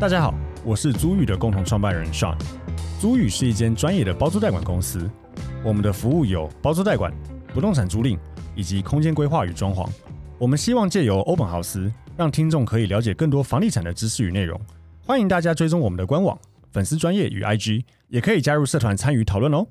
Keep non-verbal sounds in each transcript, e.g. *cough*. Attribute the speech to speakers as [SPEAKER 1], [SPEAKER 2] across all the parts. [SPEAKER 1] 大家好，我是租宇的共同创办人 Sean。租宇是一间专业的包租代管公司，我们的服务有包租代管、不动产租赁以及空间规划与装潢。我们希望借由欧本豪斯，让听众可以了解更多房地产的知识与内容。欢迎大家追踪我们的官网、粉丝专业与 IG，也可以加入社团参与讨论哦。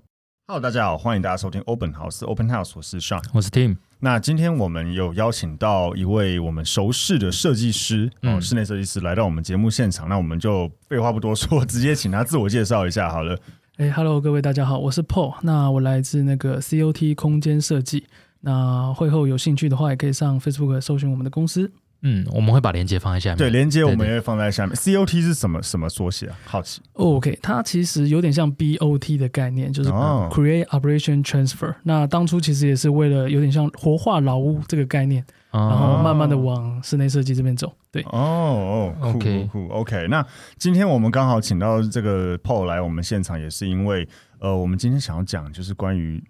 [SPEAKER 1] Hello，大家好，欢迎大家收听欧本豪斯 Open House，我是 Sean。
[SPEAKER 2] 我是 Tim，
[SPEAKER 1] 那今天我们有邀请到一位我们熟识的设计师，
[SPEAKER 2] 嗯
[SPEAKER 1] 哦，室内设计师来到我们节目现场。那我们就废话不多说，直接请他自我介绍一下好了。
[SPEAKER 2] 嗯
[SPEAKER 3] 哎，Hello，各位大家好，我是 Paul，那我来自那个 COT 空间设计。那会后有兴趣的话，也可以上 Facebook 搜寻我们的公司。
[SPEAKER 2] 嗯，我们会把链接放在下面。
[SPEAKER 1] 对，连接我们
[SPEAKER 2] 对
[SPEAKER 1] 也会放在下面。COT 是什么什么缩写啊？好奇
[SPEAKER 3] OK，它其实有点像 BOT 的概念，就是
[SPEAKER 1] 哦
[SPEAKER 3] Create Operation Transfer。那当初其实也是为了有点像活化老屋这个概念，然
[SPEAKER 2] 哦，
[SPEAKER 3] 后慢慢的往室内设计这边走。对，
[SPEAKER 1] 哦哦酷
[SPEAKER 2] OK
[SPEAKER 1] 酷酷 OK。那今天我们刚好请到这个 Paul 来我们现场，也是因为呃，我们今天想要讲就是关于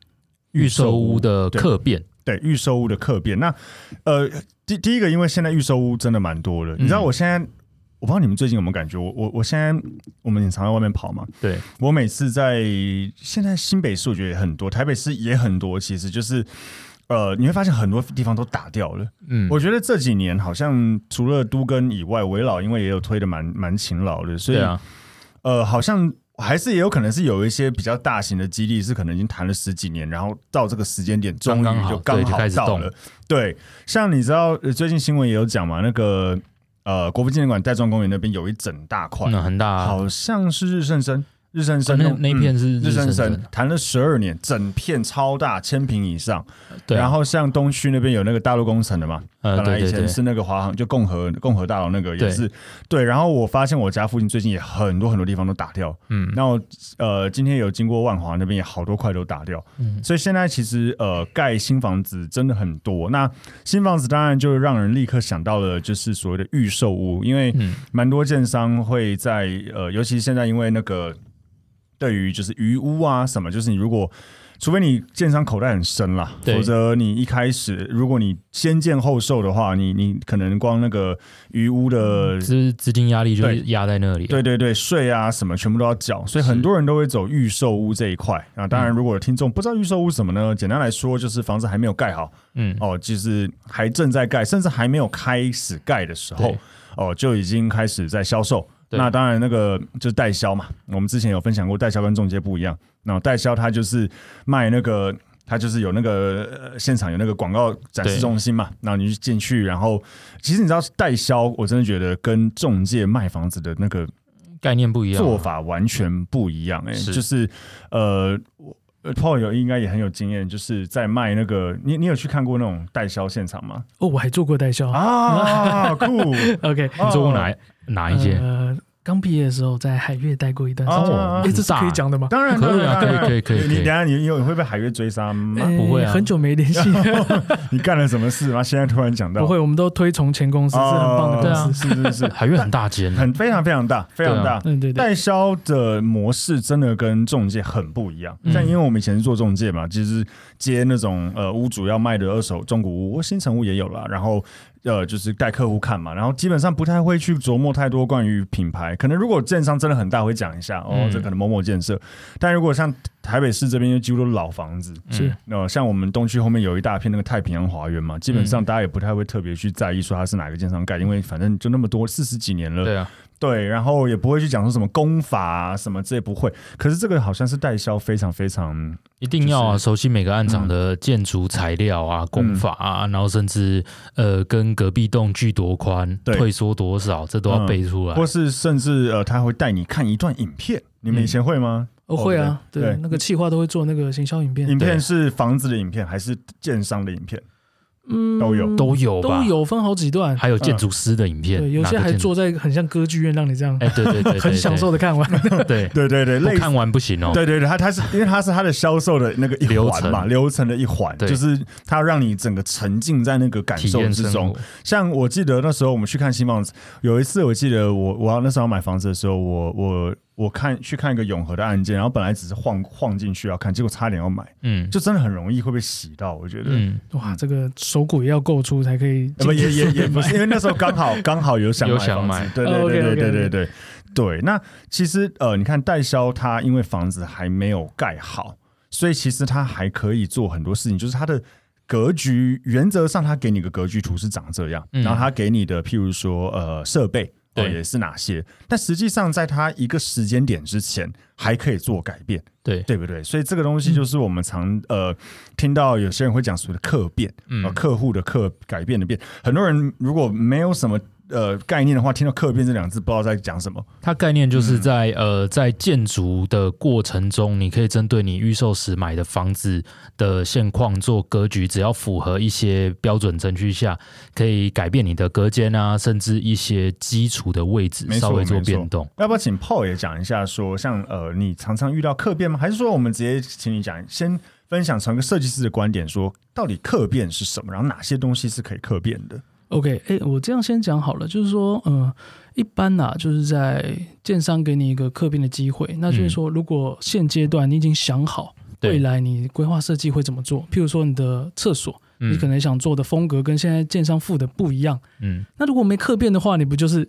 [SPEAKER 2] 预售屋的
[SPEAKER 1] 对
[SPEAKER 2] 客变，
[SPEAKER 1] 对预售屋的客变。那呃，第第一个，因为现在预售屋真的蛮多的，你知道
[SPEAKER 2] 嗯
[SPEAKER 1] 我现在。我不知道你们最近有没有感觉，我我我现在我们也常在外面跑嘛，
[SPEAKER 2] 对，
[SPEAKER 1] 我每次在现在新北市我觉得也很多，台北市也很多，其实就是呃你会发现很多地方都打掉了。
[SPEAKER 2] 嗯，
[SPEAKER 1] 我觉得这几年好像除了都跟以外，围老因为也有推的蛮蛮勤劳的，所以、
[SPEAKER 2] 对啊，
[SPEAKER 1] 呃好像还是也有可能是有一些比较大型的基地是可能已经谈了十几年，然后到这个时间点终
[SPEAKER 2] 刚
[SPEAKER 1] 于
[SPEAKER 2] 刚好
[SPEAKER 1] 就刚
[SPEAKER 2] 对就
[SPEAKER 1] 好
[SPEAKER 2] 开始
[SPEAKER 1] 到
[SPEAKER 2] 动
[SPEAKER 1] 了。对，像你知道呃最近新闻也有讲嘛，那个呃国父纪念馆带状公园那边有一整大块，
[SPEAKER 2] 那很大啊，
[SPEAKER 1] 好像是日盛生。日盛
[SPEAKER 2] 哦
[SPEAKER 1] 生
[SPEAKER 2] 那
[SPEAKER 1] 弄
[SPEAKER 2] 那一
[SPEAKER 1] 嗯
[SPEAKER 2] 片是
[SPEAKER 1] 日升
[SPEAKER 2] 升
[SPEAKER 1] 神
[SPEAKER 2] 神，
[SPEAKER 1] 谈了十二年，整片超大，千平以上。
[SPEAKER 2] 对啊，
[SPEAKER 1] 然后像东区那边有那个大陆工程的嘛，
[SPEAKER 2] 呃，
[SPEAKER 1] 本来
[SPEAKER 2] 对
[SPEAKER 1] 以
[SPEAKER 2] 对
[SPEAKER 1] 前
[SPEAKER 2] 对，
[SPEAKER 1] 是那个华航，就共和共和大楼那个也
[SPEAKER 2] 对
[SPEAKER 1] 是对。然后我发现我家附近最近也很多很多地方都打掉，
[SPEAKER 2] 嗯
[SPEAKER 1] 那我呃今天有经过万华那边也好多块都打掉，
[SPEAKER 2] 嗯
[SPEAKER 1] 所以现在其实呃盖新房子真的很多。那新房子当然就让人立刻想到了就是所谓的预售屋，因为
[SPEAKER 2] 嗯，
[SPEAKER 1] 蛮多建商会在呃，尤其现在因为那个对于就是余屋啊什么，就是你如果除非你建商口袋很深啦，
[SPEAKER 2] 对
[SPEAKER 1] 否则你一开始如果你先建后售的话，你你可能光那个余屋的。
[SPEAKER 2] 资资金压力就
[SPEAKER 1] 对
[SPEAKER 2] 是压在那里，
[SPEAKER 1] 对，对对，税啊什么全部都要缴，所以很
[SPEAKER 2] 是
[SPEAKER 1] 多人都会走预售屋这一块啊。当然，
[SPEAKER 2] 嗯
[SPEAKER 1] 如果有听众不知道预售屋是什么呢，简单来说就是房子还没有盖好
[SPEAKER 2] 嗯，
[SPEAKER 1] 哦，就是还正在盖，甚至还没有开始盖的时候
[SPEAKER 2] 对，
[SPEAKER 1] 哦，就已经开始在销售。
[SPEAKER 2] 对
[SPEAKER 1] 那当然，那个就是代销嘛。我们之前有分享过，代销跟中介不一样。那代销它就是卖那个，它就是有那个、呃现场有那个广告展示
[SPEAKER 2] 对
[SPEAKER 1] 中心嘛。然后你就进去，然后其实你知道代销，我真的觉得跟中介卖房子的那个
[SPEAKER 2] 概念不一样啊，
[SPEAKER 1] 做法完全不一样、欸。
[SPEAKER 2] 是
[SPEAKER 1] 就是呃我呃，Paul 有应该也很有经验，就是在卖那个，你你有去看过那种代销现场吗？
[SPEAKER 3] 哦，我还做过代销。
[SPEAKER 1] 啊，酷！哦
[SPEAKER 3] OK，
[SPEAKER 2] *laughs* 你做过哪哪一
[SPEAKER 1] 嗯
[SPEAKER 2] 些？
[SPEAKER 3] 呃，刚毕业的时候在海月待过一段时间，
[SPEAKER 1] 哦
[SPEAKER 3] 哎、这是可以讲的吗？
[SPEAKER 1] 当然
[SPEAKER 2] 可以啊，
[SPEAKER 1] 当然
[SPEAKER 2] 可以可以可以
[SPEAKER 1] 你等一
[SPEAKER 2] 可以，
[SPEAKER 1] 下你你会被海月追杀吗？
[SPEAKER 3] 哎
[SPEAKER 2] 不会啊哦
[SPEAKER 3] 很久没
[SPEAKER 2] *laughs*
[SPEAKER 3] 联系了。
[SPEAKER 1] 你干了什么事吗？现在突然讲到，
[SPEAKER 3] 不会，我们都推崇前公司是
[SPEAKER 1] 哦，
[SPEAKER 3] 很棒的
[SPEAKER 2] 对
[SPEAKER 3] 公
[SPEAKER 2] 啊
[SPEAKER 3] 司。
[SPEAKER 1] 是是是，
[SPEAKER 2] 海月很大间啊，
[SPEAKER 1] 很非常非常大，非常大。
[SPEAKER 3] 嗯，对对，
[SPEAKER 1] 代销的模式真的跟中介很不一样，
[SPEAKER 2] 嗯
[SPEAKER 1] 像因为我们以前是做中介嘛，其实接那种呃屋主要卖的二手中古屋，新城屋也有啦，然后呃就是带客户看嘛，然后基本上不太会去琢磨太多关于品牌，可能如果建商真的很大会讲一下哦，
[SPEAKER 2] 嗯
[SPEAKER 1] 这可能某某建设，但如果像台北市这边就几乎都是老房子，
[SPEAKER 3] 是
[SPEAKER 2] 嗯
[SPEAKER 1] 呃，像我们东区后面有一大片那个太平洋华园嘛，基本
[SPEAKER 2] 嗯
[SPEAKER 1] 上大家也不太会特别去在意说它是哪个建商盖，因为反正就那么多，四十几年了，
[SPEAKER 2] 对啊，
[SPEAKER 1] 对然后也不会去讲说什么功法啊什么这些不会。可是这个好像是代销非常非常
[SPEAKER 2] 一定要啊，
[SPEAKER 1] 就嗯
[SPEAKER 2] 熟悉每个案场的建筑材料啊、工法啊，然后甚至呃，跟隔壁栋距多宽、
[SPEAKER 1] 对
[SPEAKER 2] 退缩多少，这都要
[SPEAKER 1] 嗯
[SPEAKER 2] 背出来。
[SPEAKER 1] 或是甚至呃他会带你看一段影片，你们以前会吗？
[SPEAKER 3] 哦会啊，
[SPEAKER 1] 对
[SPEAKER 3] 对，
[SPEAKER 1] 对
[SPEAKER 3] 那个企划都会做那个行销影片，
[SPEAKER 1] 影片
[SPEAKER 2] 嗯对
[SPEAKER 1] 是房子的影片还是建商的影片？
[SPEAKER 3] 嗯，
[SPEAKER 1] 都有
[SPEAKER 2] 都有吧，
[SPEAKER 3] 都，有分好几段，
[SPEAKER 2] 还有建筑师的影片，
[SPEAKER 3] 对，有
[SPEAKER 2] 哪
[SPEAKER 3] 些
[SPEAKER 2] 个
[SPEAKER 3] 还
[SPEAKER 2] 建筑，
[SPEAKER 3] 坐在很像歌剧院，让你这样
[SPEAKER 2] 哎，对对对对，
[SPEAKER 3] *laughs*
[SPEAKER 2] 对
[SPEAKER 3] 很享受，的看完。
[SPEAKER 2] *laughs*
[SPEAKER 3] *laughs*
[SPEAKER 2] 对，
[SPEAKER 1] 对对对，
[SPEAKER 2] 不
[SPEAKER 1] 类似
[SPEAKER 2] 看完不行哦，
[SPEAKER 1] 对对对，它它是因为它是它的销售的那个一
[SPEAKER 2] 流
[SPEAKER 1] 环
[SPEAKER 2] 程
[SPEAKER 1] 嘛，流程的一环，
[SPEAKER 2] 对
[SPEAKER 1] 就是它让你整个沉浸在那个感
[SPEAKER 2] 体
[SPEAKER 1] 受
[SPEAKER 2] 验
[SPEAKER 1] 之
[SPEAKER 2] 生
[SPEAKER 1] 中
[SPEAKER 2] 活。，
[SPEAKER 1] 像我记得那时候我们去看新房子，有一次我记得我我要那时候要买房子的时候，我我我看去看一个永和的案件，然后本来只是晃晃进去要看，结果差点要买，
[SPEAKER 2] 嗯，
[SPEAKER 1] 就真的很容易会被洗到。我觉得，
[SPEAKER 2] 嗯，
[SPEAKER 3] 哇，这个手骨也要够粗才可以
[SPEAKER 1] 呃不也也也不是，因为那时候刚好刚好有想
[SPEAKER 2] 有
[SPEAKER 1] 买
[SPEAKER 2] 想
[SPEAKER 1] 房子
[SPEAKER 2] 买
[SPEAKER 1] 对对
[SPEAKER 3] 哦
[SPEAKER 1] 对对
[SPEAKER 3] ，OK，OK，OK
[SPEAKER 1] 对对对对。那其实呃，你看代销它因为房子还没有盖好，所以其实它还可以做很多事情，就是它的。格局原则上，它给你个格局图是长这样，
[SPEAKER 2] 嗯
[SPEAKER 1] 然后它给你的譬如说呃设备哦
[SPEAKER 2] 对
[SPEAKER 1] 也是哪些，但实际上在它一个时间点之前还可以做改变，
[SPEAKER 2] 对，
[SPEAKER 1] 对不对？所以这个东西就是我们常呃听到有些人会讲所谓的客变，
[SPEAKER 2] 嗯
[SPEAKER 1] 呃，客户的客改变的变，很多人如果没有什么呃概念的话，听到客变这两个字不知道在讲什么。
[SPEAKER 2] 它概念
[SPEAKER 3] 嗯
[SPEAKER 2] 就是在、呃，在建筑的过程中，你可以针对你预售时买的房子的现况做格局，只要符合一些标准程序下，可以改变你的隔间啊，甚至一些基础的位置
[SPEAKER 1] 没错
[SPEAKER 2] 稍微做
[SPEAKER 1] 没错
[SPEAKER 2] 变动。
[SPEAKER 1] 要不要请 Paul 也讲一下说像呃你常常遇到客变吗？还是说我们直接请你讲，先分享从一个设计师的观点说，到底客变是什么，然后哪些东西是可以客变的？
[SPEAKER 3] OK，哎、我这样先讲好了，就是说，嗯，一般呐、就是在建商给你一个客变的机会，那就是说，如果现阶段你已经想好
[SPEAKER 2] 对
[SPEAKER 3] 未来你规划设计会怎么做，譬如说你的厕所，你可能想做的风格跟现在建商付的不一样，
[SPEAKER 2] 嗯，
[SPEAKER 3] 那如果没客变的话，你不就是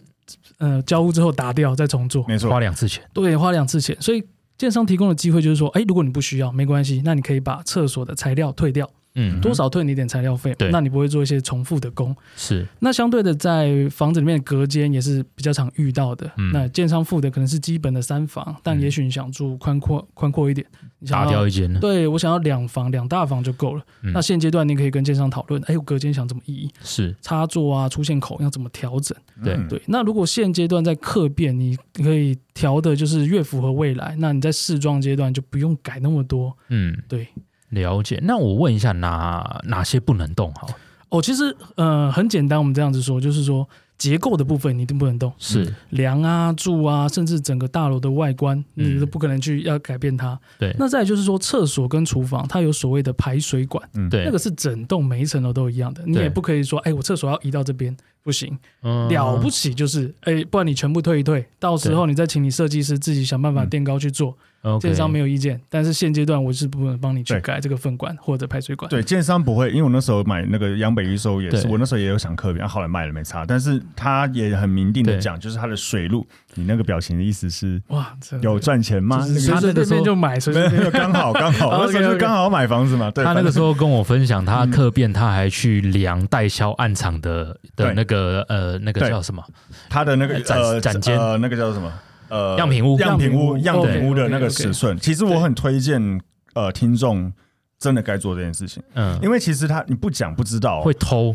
[SPEAKER 3] 呃交屋之后打掉再重做，
[SPEAKER 1] 没
[SPEAKER 2] 花
[SPEAKER 1] 错，
[SPEAKER 2] 两次钱。
[SPEAKER 3] 对，花两次钱，所以建商提供的机会就是说，哎、如果你不需要，没关系，那你可以把厕所的材料退掉，
[SPEAKER 2] 嗯，
[SPEAKER 3] 多少退你一点材料费，
[SPEAKER 2] 对
[SPEAKER 3] 那你不会做一些重复的工。
[SPEAKER 2] 是
[SPEAKER 3] 那相对的，在房子里面的隔间也是比较常遇到的。
[SPEAKER 2] 嗯
[SPEAKER 3] 那建商付的可能是基本的三房，但也许你想住宽阔宽阔一点，你想
[SPEAKER 2] 打
[SPEAKER 3] 要
[SPEAKER 2] 掉一间呢。
[SPEAKER 3] 对我想要两房两大房就够了。
[SPEAKER 2] 嗯
[SPEAKER 3] 那现阶段你可以跟建商讨论，哎，我隔间想怎么移，
[SPEAKER 2] 是
[SPEAKER 3] 插座啊、出线口要怎么调整？
[SPEAKER 2] 对
[SPEAKER 1] 嗯
[SPEAKER 3] 对，那如果现阶段在客变，你可以调的就是越符合未来，那你在试装阶段就不用改那么多。
[SPEAKER 2] 嗯，
[SPEAKER 3] 对，
[SPEAKER 2] 了解。那我问一下哪哪些不能动？好，
[SPEAKER 3] 哦，其实呃很简单，我们这样子说，就是说结构的部分你一定不能动。
[SPEAKER 1] 嗯
[SPEAKER 2] 是
[SPEAKER 3] 梁啊、柱啊，甚至整个大楼的外观，
[SPEAKER 2] 嗯
[SPEAKER 3] 你都不可能去要改变它。
[SPEAKER 2] 对
[SPEAKER 3] 那再来就是说，厕所跟厨房，它有所谓的排水管，
[SPEAKER 1] 嗯
[SPEAKER 2] 对
[SPEAKER 3] 那个是整栋每一层楼都一样的，你
[SPEAKER 2] 对
[SPEAKER 3] 也不可以说，哎，我厕所要移到这边，不行。
[SPEAKER 2] 嗯
[SPEAKER 3] 了不起就是，哎，不然你全部退一退，到时候你再请你设计师自己想办法
[SPEAKER 1] 嗯
[SPEAKER 3] 垫高去做，
[SPEAKER 2] ，OK，
[SPEAKER 3] 建商没有意见，但是现阶段我是不能帮你去改这个粪管或者排水管。
[SPEAKER 1] 对，建商不会，因为我那时候买那个央北预售也是，
[SPEAKER 2] 对
[SPEAKER 1] 我那时候也有想客变，啊、后来卖了没差，但是他也很明定的
[SPEAKER 2] 对
[SPEAKER 1] 讲，就是他的水路，你那个表情的意思是
[SPEAKER 3] 哇，真的
[SPEAKER 1] 有赚钱吗？
[SPEAKER 3] 就是
[SPEAKER 1] 那
[SPEAKER 3] 随
[SPEAKER 1] 个
[SPEAKER 3] 随便便就买，随
[SPEAKER 1] 没
[SPEAKER 3] 随
[SPEAKER 1] 有
[SPEAKER 3] 便
[SPEAKER 1] 没有，刚
[SPEAKER 2] *laughs*
[SPEAKER 1] 好刚好，
[SPEAKER 3] OK，OK
[SPEAKER 1] 那时候就是刚好买房子嘛，对，
[SPEAKER 2] 哦他那个时
[SPEAKER 1] 候
[SPEAKER 2] 候跟我分享，他客变他还去量代销暗场的的
[SPEAKER 1] 嗯对
[SPEAKER 2] 那个呃那个
[SPEAKER 1] 对
[SPEAKER 2] 叫什么？
[SPEAKER 1] 他的那个
[SPEAKER 2] 展
[SPEAKER 1] 呃
[SPEAKER 2] 展间
[SPEAKER 1] 呃那个叫什么呃
[SPEAKER 2] 样品屋哦
[SPEAKER 1] 样品屋
[SPEAKER 3] 样
[SPEAKER 1] 样
[SPEAKER 3] 品屋
[SPEAKER 1] 品屋的那个
[SPEAKER 3] OK，OK，OK
[SPEAKER 1] 尺寸，其实我很推荐呃听众真的该做这件事情，
[SPEAKER 2] 嗯，
[SPEAKER 1] 因为其实他你不讲不知道哦，
[SPEAKER 2] 会偷，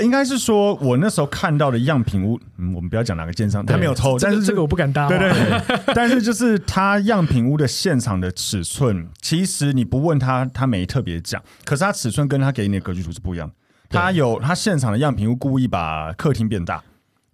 [SPEAKER 1] 应该是说我那时候看到的样品屋，嗯，我们不要讲哪个建商，他
[SPEAKER 2] 对
[SPEAKER 1] 没有偷，
[SPEAKER 3] 这
[SPEAKER 1] 但
[SPEAKER 3] 个
[SPEAKER 1] 是
[SPEAKER 3] 这个我不敢搭
[SPEAKER 2] 哦
[SPEAKER 1] 对
[SPEAKER 3] 话。
[SPEAKER 1] 对
[SPEAKER 2] *laughs*
[SPEAKER 1] 对，但是就是它样品屋的现场的尺寸，其实你不问他，他没特别讲，可是它尺寸跟他给你的格局图是不一样的。
[SPEAKER 2] 对
[SPEAKER 1] 他有他现场的样品屋故意把客厅变大，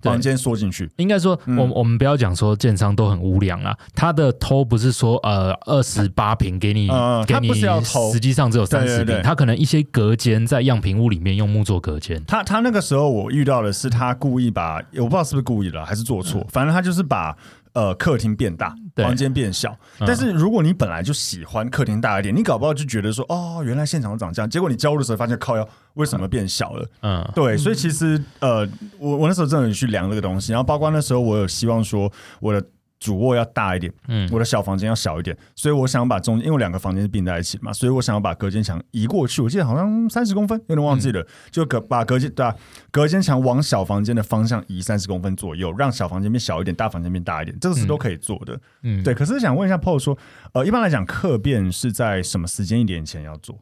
[SPEAKER 2] 对
[SPEAKER 1] 房间缩进去。
[SPEAKER 2] 应该说，
[SPEAKER 1] 嗯
[SPEAKER 2] 我我们不要讲说建商都很无良啊，他的偷不是说呃二十八平给你
[SPEAKER 1] 嗯
[SPEAKER 2] 给
[SPEAKER 1] 他
[SPEAKER 2] 你
[SPEAKER 1] 不是要，偷
[SPEAKER 2] 实际上只有三十
[SPEAKER 1] 对对
[SPEAKER 2] 平，
[SPEAKER 1] 对
[SPEAKER 2] 他可能一些隔间在样品屋里面用木做隔间，
[SPEAKER 1] 他他那个时候我遇到的是他故意把，我不知道是不是故意的，还是做错，反正他就是把呃客厅变大，
[SPEAKER 2] 嗯对
[SPEAKER 1] 房间变小。
[SPEAKER 2] 嗯
[SPEAKER 1] 但是如果你本来就喜欢客厅大一点，你搞不好就觉得说哦，原来现场长这样，结果你交入的时候发现靠腰为什么变小了？
[SPEAKER 2] 嗯，
[SPEAKER 1] 对，所以其实呃，我我那时候真的有去量这个东西，然后包括那时候我有希望说我的主卧要大一点，
[SPEAKER 2] 嗯
[SPEAKER 1] 嗯，我的小房间要小一点，所以我想把中间，因为我两个房间是并在一起嘛，所以我想要把隔间墙移过去，我记得好像三十公分，有点忘记
[SPEAKER 2] 嗯
[SPEAKER 1] 了，就隔把隔间对、啊、隔间墙往小房间的方向移三十公分左右，让小房间变小一点，大房间变大一点，这个是都可以做的。
[SPEAKER 2] 嗯，
[SPEAKER 1] 对，可是想问一下 Paul 说，呃，一般来讲客变是在什么时间一点前要做？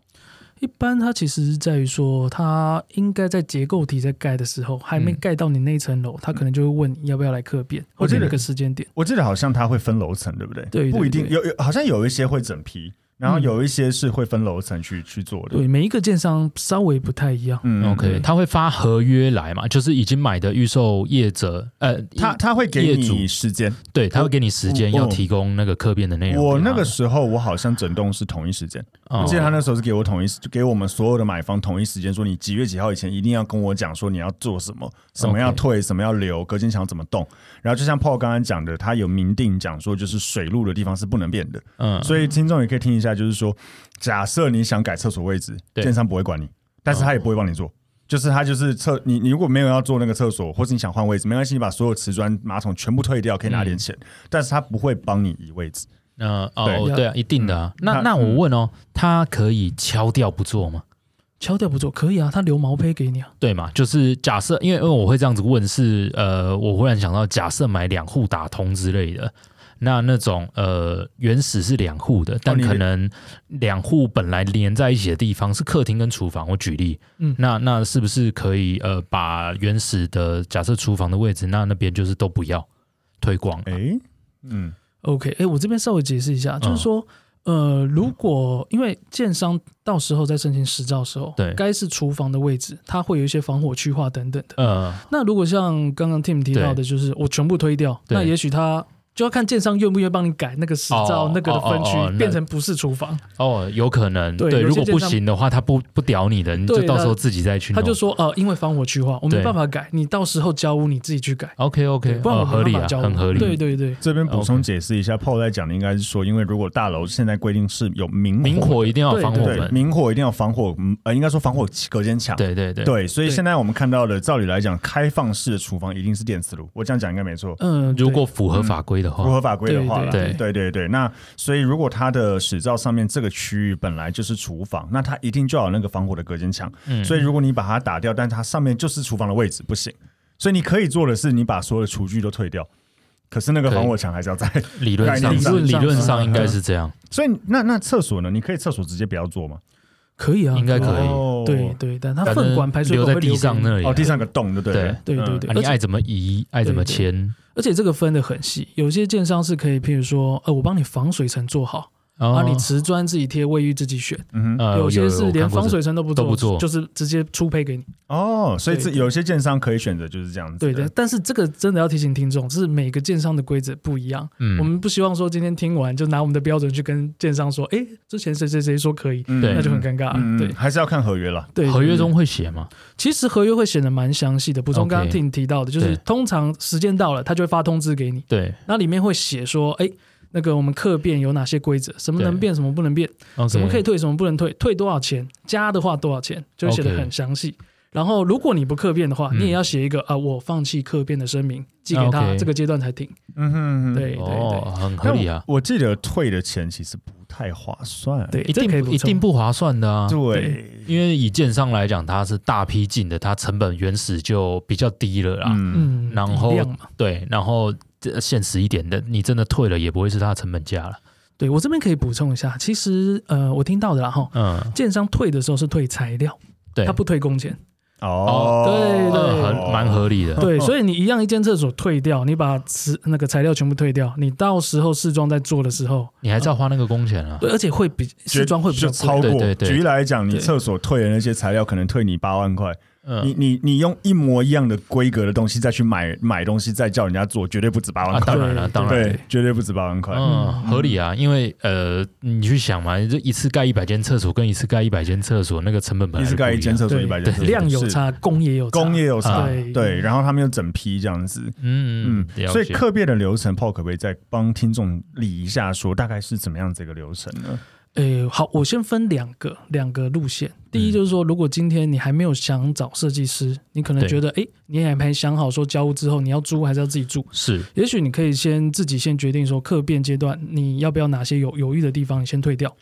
[SPEAKER 3] 一般它其实是在于说，它应该在结构体在盖的时候，还没
[SPEAKER 2] 嗯
[SPEAKER 3] 盖到你那层楼，它可能就会问你要不要来客变，
[SPEAKER 1] 嗯我
[SPEAKER 3] 或
[SPEAKER 1] 记
[SPEAKER 3] 者
[SPEAKER 1] 得
[SPEAKER 3] 那个时间点。
[SPEAKER 1] 我记得好像它会分楼层，对不对？
[SPEAKER 3] 对对
[SPEAKER 1] 不一定
[SPEAKER 3] 对
[SPEAKER 1] 有有，好像有一些会整批。然后有一些是会分楼层去去做的。
[SPEAKER 3] 对，每一个建商稍微不太一样。
[SPEAKER 1] 嗯
[SPEAKER 2] OK，他会发合约来嘛，就是已经买的预售业者，呃，
[SPEAKER 1] 他他会给
[SPEAKER 2] 业主
[SPEAKER 1] 你时间。
[SPEAKER 2] 对他会给你时间
[SPEAKER 1] 我哦
[SPEAKER 2] 要提供那个客变的内容。
[SPEAKER 1] 我那个，时候我好像整栋是同一时间，
[SPEAKER 2] 哦
[SPEAKER 1] 我记得他那时候是给我统一时，给我们所有的买方统一时间，说你几月几号以前一定要跟我讲说你要做什么，什么要
[SPEAKER 2] OK
[SPEAKER 1] 退，什么要留，隔间墙怎么动。然后就像 Paul 刚刚讲的，他有明定讲说，就是水路的地方是不能变的，
[SPEAKER 2] 嗯，
[SPEAKER 1] 所以听众也可以听一下，就是说，假设你想改厕所位置，
[SPEAKER 2] 对
[SPEAKER 1] 建商不会管你，但是他也不会帮你做。就是他就是厕你你如果没有要做那个厕所，或是你想换位置，没关系，你把所有瓷砖、马桶全部退掉，可以拿点钱，
[SPEAKER 2] 嗯
[SPEAKER 1] 但是他不会帮你移位置。
[SPEAKER 2] 呃，哦，
[SPEAKER 1] 对嗯
[SPEAKER 2] 对啊，一定的啊。那
[SPEAKER 1] 他
[SPEAKER 2] 那我问哦，他可以敲掉不做吗？
[SPEAKER 3] 敲掉不做可以啊，他留毛坯给你啊。
[SPEAKER 2] 对嘛？就是假设，因为因为我会这样子问是，呃，我忽然想到，假设买两户打通之类的，那那种呃原始是两户的，
[SPEAKER 3] 哦
[SPEAKER 2] 但
[SPEAKER 1] 你
[SPEAKER 2] 可能两户本来连在一起的地方是客厅跟厨房，我举例，
[SPEAKER 3] 嗯
[SPEAKER 2] 那那是不是可以呃把原始的假设厨房的位置，那那边就是都不要推广？
[SPEAKER 1] 诶，嗯，
[SPEAKER 3] OK，哎、我这边稍微解释一下，
[SPEAKER 2] 嗯
[SPEAKER 3] 就是说，呃，如果因为建商到时候在申请实照的时候，
[SPEAKER 2] 对
[SPEAKER 3] 该是厨房的位置，它会有一些防火区划等等的。
[SPEAKER 2] 呃，
[SPEAKER 3] 那如果像刚刚 Tim 提到的，就是我全部推掉，
[SPEAKER 2] 对
[SPEAKER 3] 那也许他。就要看建商愿不愿意帮你改那个实照、
[SPEAKER 2] 哦
[SPEAKER 3] 那个的分区、
[SPEAKER 2] 哦哦哦那
[SPEAKER 3] 变成不是厨房，
[SPEAKER 2] 哦，有可能
[SPEAKER 3] 对
[SPEAKER 2] 对，
[SPEAKER 3] 有
[SPEAKER 2] 如
[SPEAKER 3] 些
[SPEAKER 2] 果
[SPEAKER 3] 建
[SPEAKER 2] 不
[SPEAKER 3] 商
[SPEAKER 2] 行的话，他不不屌你的，你就
[SPEAKER 3] 对
[SPEAKER 2] 到时候
[SPEAKER 3] 那
[SPEAKER 2] 自己再去
[SPEAKER 3] 他
[SPEAKER 2] 弄。
[SPEAKER 3] 就说呃，因为防火区划，我没
[SPEAKER 2] 对
[SPEAKER 3] 办法改，你到时候交屋你自己去改，
[SPEAKER 2] OK
[SPEAKER 3] 对
[SPEAKER 2] OK，
[SPEAKER 3] 不然我
[SPEAKER 2] 合
[SPEAKER 3] 没
[SPEAKER 2] 理
[SPEAKER 3] 办法
[SPEAKER 2] 啊，
[SPEAKER 3] 交屋。
[SPEAKER 2] 很合理。
[SPEAKER 3] 对对对，
[SPEAKER 1] 这边补充
[SPEAKER 2] 哦 OK
[SPEAKER 1] 解释一下 p a u l 在讲的应该是说，因为如果大楼现在规定是有明
[SPEAKER 2] 明火一定要有防火
[SPEAKER 1] 对
[SPEAKER 2] 门，
[SPEAKER 1] 明火一定要防火，嗯呃，应该说防火隔间墙。
[SPEAKER 2] 对对对
[SPEAKER 1] 对，所以
[SPEAKER 3] 对
[SPEAKER 1] 现在我们看到的，照理来讲，开放式的厨房一定是电磁炉。我这样讲应该没错，
[SPEAKER 3] 嗯，对
[SPEAKER 2] 如果符合法规的
[SPEAKER 1] 符
[SPEAKER 2] 话，
[SPEAKER 1] 合法规的话啦，
[SPEAKER 2] 哦对
[SPEAKER 1] 对对对。那所以如果它的史照上面这个区域本来就是厨房，那它一定就要有那个防火的隔间墙。
[SPEAKER 2] 嗯
[SPEAKER 1] 所以如果你把它打掉，但它上面就是厨房的位置，不行。所以你可以做的是，你把所有的厨具都退掉，可是那个
[SPEAKER 2] 可以
[SPEAKER 1] 防火墙还是要在。
[SPEAKER 2] 理论上
[SPEAKER 1] 概念上
[SPEAKER 2] 理论上
[SPEAKER 3] 嗯
[SPEAKER 2] 应该是这样，
[SPEAKER 1] *laughs* 所以那那厕所呢？你可以厕所直接不要做吗？
[SPEAKER 3] 可以啊，
[SPEAKER 2] 应该可以
[SPEAKER 1] 哦
[SPEAKER 3] 对对，但它
[SPEAKER 2] 反
[SPEAKER 3] 粪
[SPEAKER 2] 正
[SPEAKER 3] 管排水
[SPEAKER 2] 留
[SPEAKER 3] 口
[SPEAKER 2] 在
[SPEAKER 3] 会
[SPEAKER 2] 地
[SPEAKER 3] 给
[SPEAKER 2] 上
[SPEAKER 3] 你
[SPEAKER 2] 那里啊，
[SPEAKER 1] 哦，第三个洞，对不对了？
[SPEAKER 3] 对对
[SPEAKER 1] 嗯
[SPEAKER 3] 对
[SPEAKER 2] 啊，你
[SPEAKER 3] 而且
[SPEAKER 2] 爱怎么移，爱怎么
[SPEAKER 3] 对对
[SPEAKER 2] 迁
[SPEAKER 3] 而且这个分的很细，有些建商是可以，譬如说，呃，我帮你防水层做好，
[SPEAKER 2] 哦
[SPEAKER 3] 啊，你瓷砖自己贴，卫浴自己选，
[SPEAKER 1] 嗯哼，
[SPEAKER 2] 呃
[SPEAKER 3] 有些是连
[SPEAKER 2] 我
[SPEAKER 3] 防，
[SPEAKER 2] 看过这
[SPEAKER 3] 水层都不
[SPEAKER 2] 都
[SPEAKER 3] 做，
[SPEAKER 2] 不做
[SPEAKER 3] 就是直接出配给你。
[SPEAKER 1] 哦，所以这
[SPEAKER 3] 对
[SPEAKER 1] 有些建商可以选择就是这样子。
[SPEAKER 3] 对的，，但是这个真的要提醒听众，是每个建商的规则不一样，我
[SPEAKER 2] 嗯，
[SPEAKER 3] 们不希望说今天听完就拿我们的标准去跟建商说，哎，之前谁谁谁说可以，
[SPEAKER 1] 嗯
[SPEAKER 2] 对
[SPEAKER 3] 那就很尴尬
[SPEAKER 1] 嗯，
[SPEAKER 3] 了。
[SPEAKER 1] 嗯
[SPEAKER 3] 对
[SPEAKER 1] 还是要看合约了。
[SPEAKER 3] 对，
[SPEAKER 2] 合约
[SPEAKER 3] 对
[SPEAKER 2] 中会写嘛？
[SPEAKER 3] 其实合约会显得蛮详细的，补充
[SPEAKER 2] OK
[SPEAKER 3] 刚刚听提到的，就是
[SPEAKER 2] 对
[SPEAKER 3] 通常时间到了，他就会发通知给你，
[SPEAKER 2] 对
[SPEAKER 3] 那里面会写说，哎。那个我们客变有哪些规则？什么
[SPEAKER 2] 对
[SPEAKER 3] 能变，什么不能变？
[SPEAKER 2] ，OK，
[SPEAKER 3] 什么可以退，什么不能退，退多少钱，加的话多少钱，就会写的
[SPEAKER 2] OK
[SPEAKER 3] 很详细。然后，如果你不客变的话，
[SPEAKER 2] 嗯
[SPEAKER 3] 你也要写一个啊，我放弃客变的声明，寄给他
[SPEAKER 2] OK
[SPEAKER 3] 这个阶段才停。
[SPEAKER 1] 嗯哼哼，
[SPEAKER 3] 对对对
[SPEAKER 2] 哦，很
[SPEAKER 1] 那
[SPEAKER 2] 合理啊，
[SPEAKER 1] 我。我记得退的钱其实不太划算。
[SPEAKER 3] 对，
[SPEAKER 2] 一
[SPEAKER 3] 这可以
[SPEAKER 2] 定
[SPEAKER 3] 补
[SPEAKER 2] 一
[SPEAKER 3] 充
[SPEAKER 2] 定不划算的啊，
[SPEAKER 1] 对，
[SPEAKER 2] 因为以建商来讲，它是大批进的，它成本原始就比较低了啦，
[SPEAKER 1] 嗯，
[SPEAKER 3] 嗯，
[SPEAKER 2] 然后
[SPEAKER 3] 一样嘛。
[SPEAKER 2] 对，然后这现实一点的，你真的退了也不会是它的成本价了，
[SPEAKER 3] 对我这边可以补充一下，其实呃，我听到的啦哈，
[SPEAKER 2] 嗯，
[SPEAKER 3] 建商退的时候是退材料，
[SPEAKER 2] 对，
[SPEAKER 3] 他不退工钱。
[SPEAKER 1] 哦，
[SPEAKER 3] 对对
[SPEAKER 2] 呃很蛮合理的，
[SPEAKER 3] 对，所以你一样一间厕所退掉，你把瓷那个材料全部退掉，你到时候试装在做的时候，
[SPEAKER 2] 你还是要花那个工钱啊，
[SPEAKER 3] 对，而且会比试装会比较
[SPEAKER 1] 就
[SPEAKER 3] 贵
[SPEAKER 1] 超
[SPEAKER 2] 对
[SPEAKER 1] 过。
[SPEAKER 2] 对对
[SPEAKER 1] 举例来讲，你
[SPEAKER 3] 对
[SPEAKER 1] 厕所退的那些材料可能退你八万块，你
[SPEAKER 2] 嗯，
[SPEAKER 1] 你你用一模一样的规格的东西再去买买东西，再叫人家做，绝对不止八
[SPEAKER 2] 啊，
[SPEAKER 1] 万块
[SPEAKER 2] 当。然了，
[SPEAKER 3] 对
[SPEAKER 2] 当然了。
[SPEAKER 1] 对，绝对不止八万块。
[SPEAKER 2] 嗯，合理啊，因为呃，你去想嘛，这一次盖一百间厕所跟一次盖一百间厕所，那个成本本
[SPEAKER 1] 一
[SPEAKER 2] 来
[SPEAKER 1] 次
[SPEAKER 2] 就不
[SPEAKER 1] 盖
[SPEAKER 2] 一
[SPEAKER 1] 一间
[SPEAKER 2] 样，
[SPEAKER 1] 厕所，
[SPEAKER 3] 对
[SPEAKER 1] 一百间厕所，
[SPEAKER 3] 量有
[SPEAKER 1] 是，
[SPEAKER 3] 差，工也有差，
[SPEAKER 1] 工也有差，
[SPEAKER 3] 对
[SPEAKER 1] 对。然后他们又整批这样子，
[SPEAKER 2] 嗯
[SPEAKER 1] 嗯
[SPEAKER 2] 嗯，，
[SPEAKER 1] 所以
[SPEAKER 2] 了解
[SPEAKER 1] 客变的流程，Paul 可不可以再帮听众理一下，说大概是怎么样子一个流程呢？
[SPEAKER 3] 诶，好，我先分两个两个路线。第
[SPEAKER 1] 嗯
[SPEAKER 3] 一就是说，如果今天你还没有想找设计师，你可能
[SPEAKER 2] 对
[SPEAKER 3] 觉得，诶，你也还没想好说交屋之后你要租还是要自己住，
[SPEAKER 2] 是
[SPEAKER 3] 也许你可以先自己先决定说，客变阶段你要不要哪些有犹豫的地方，你先退掉，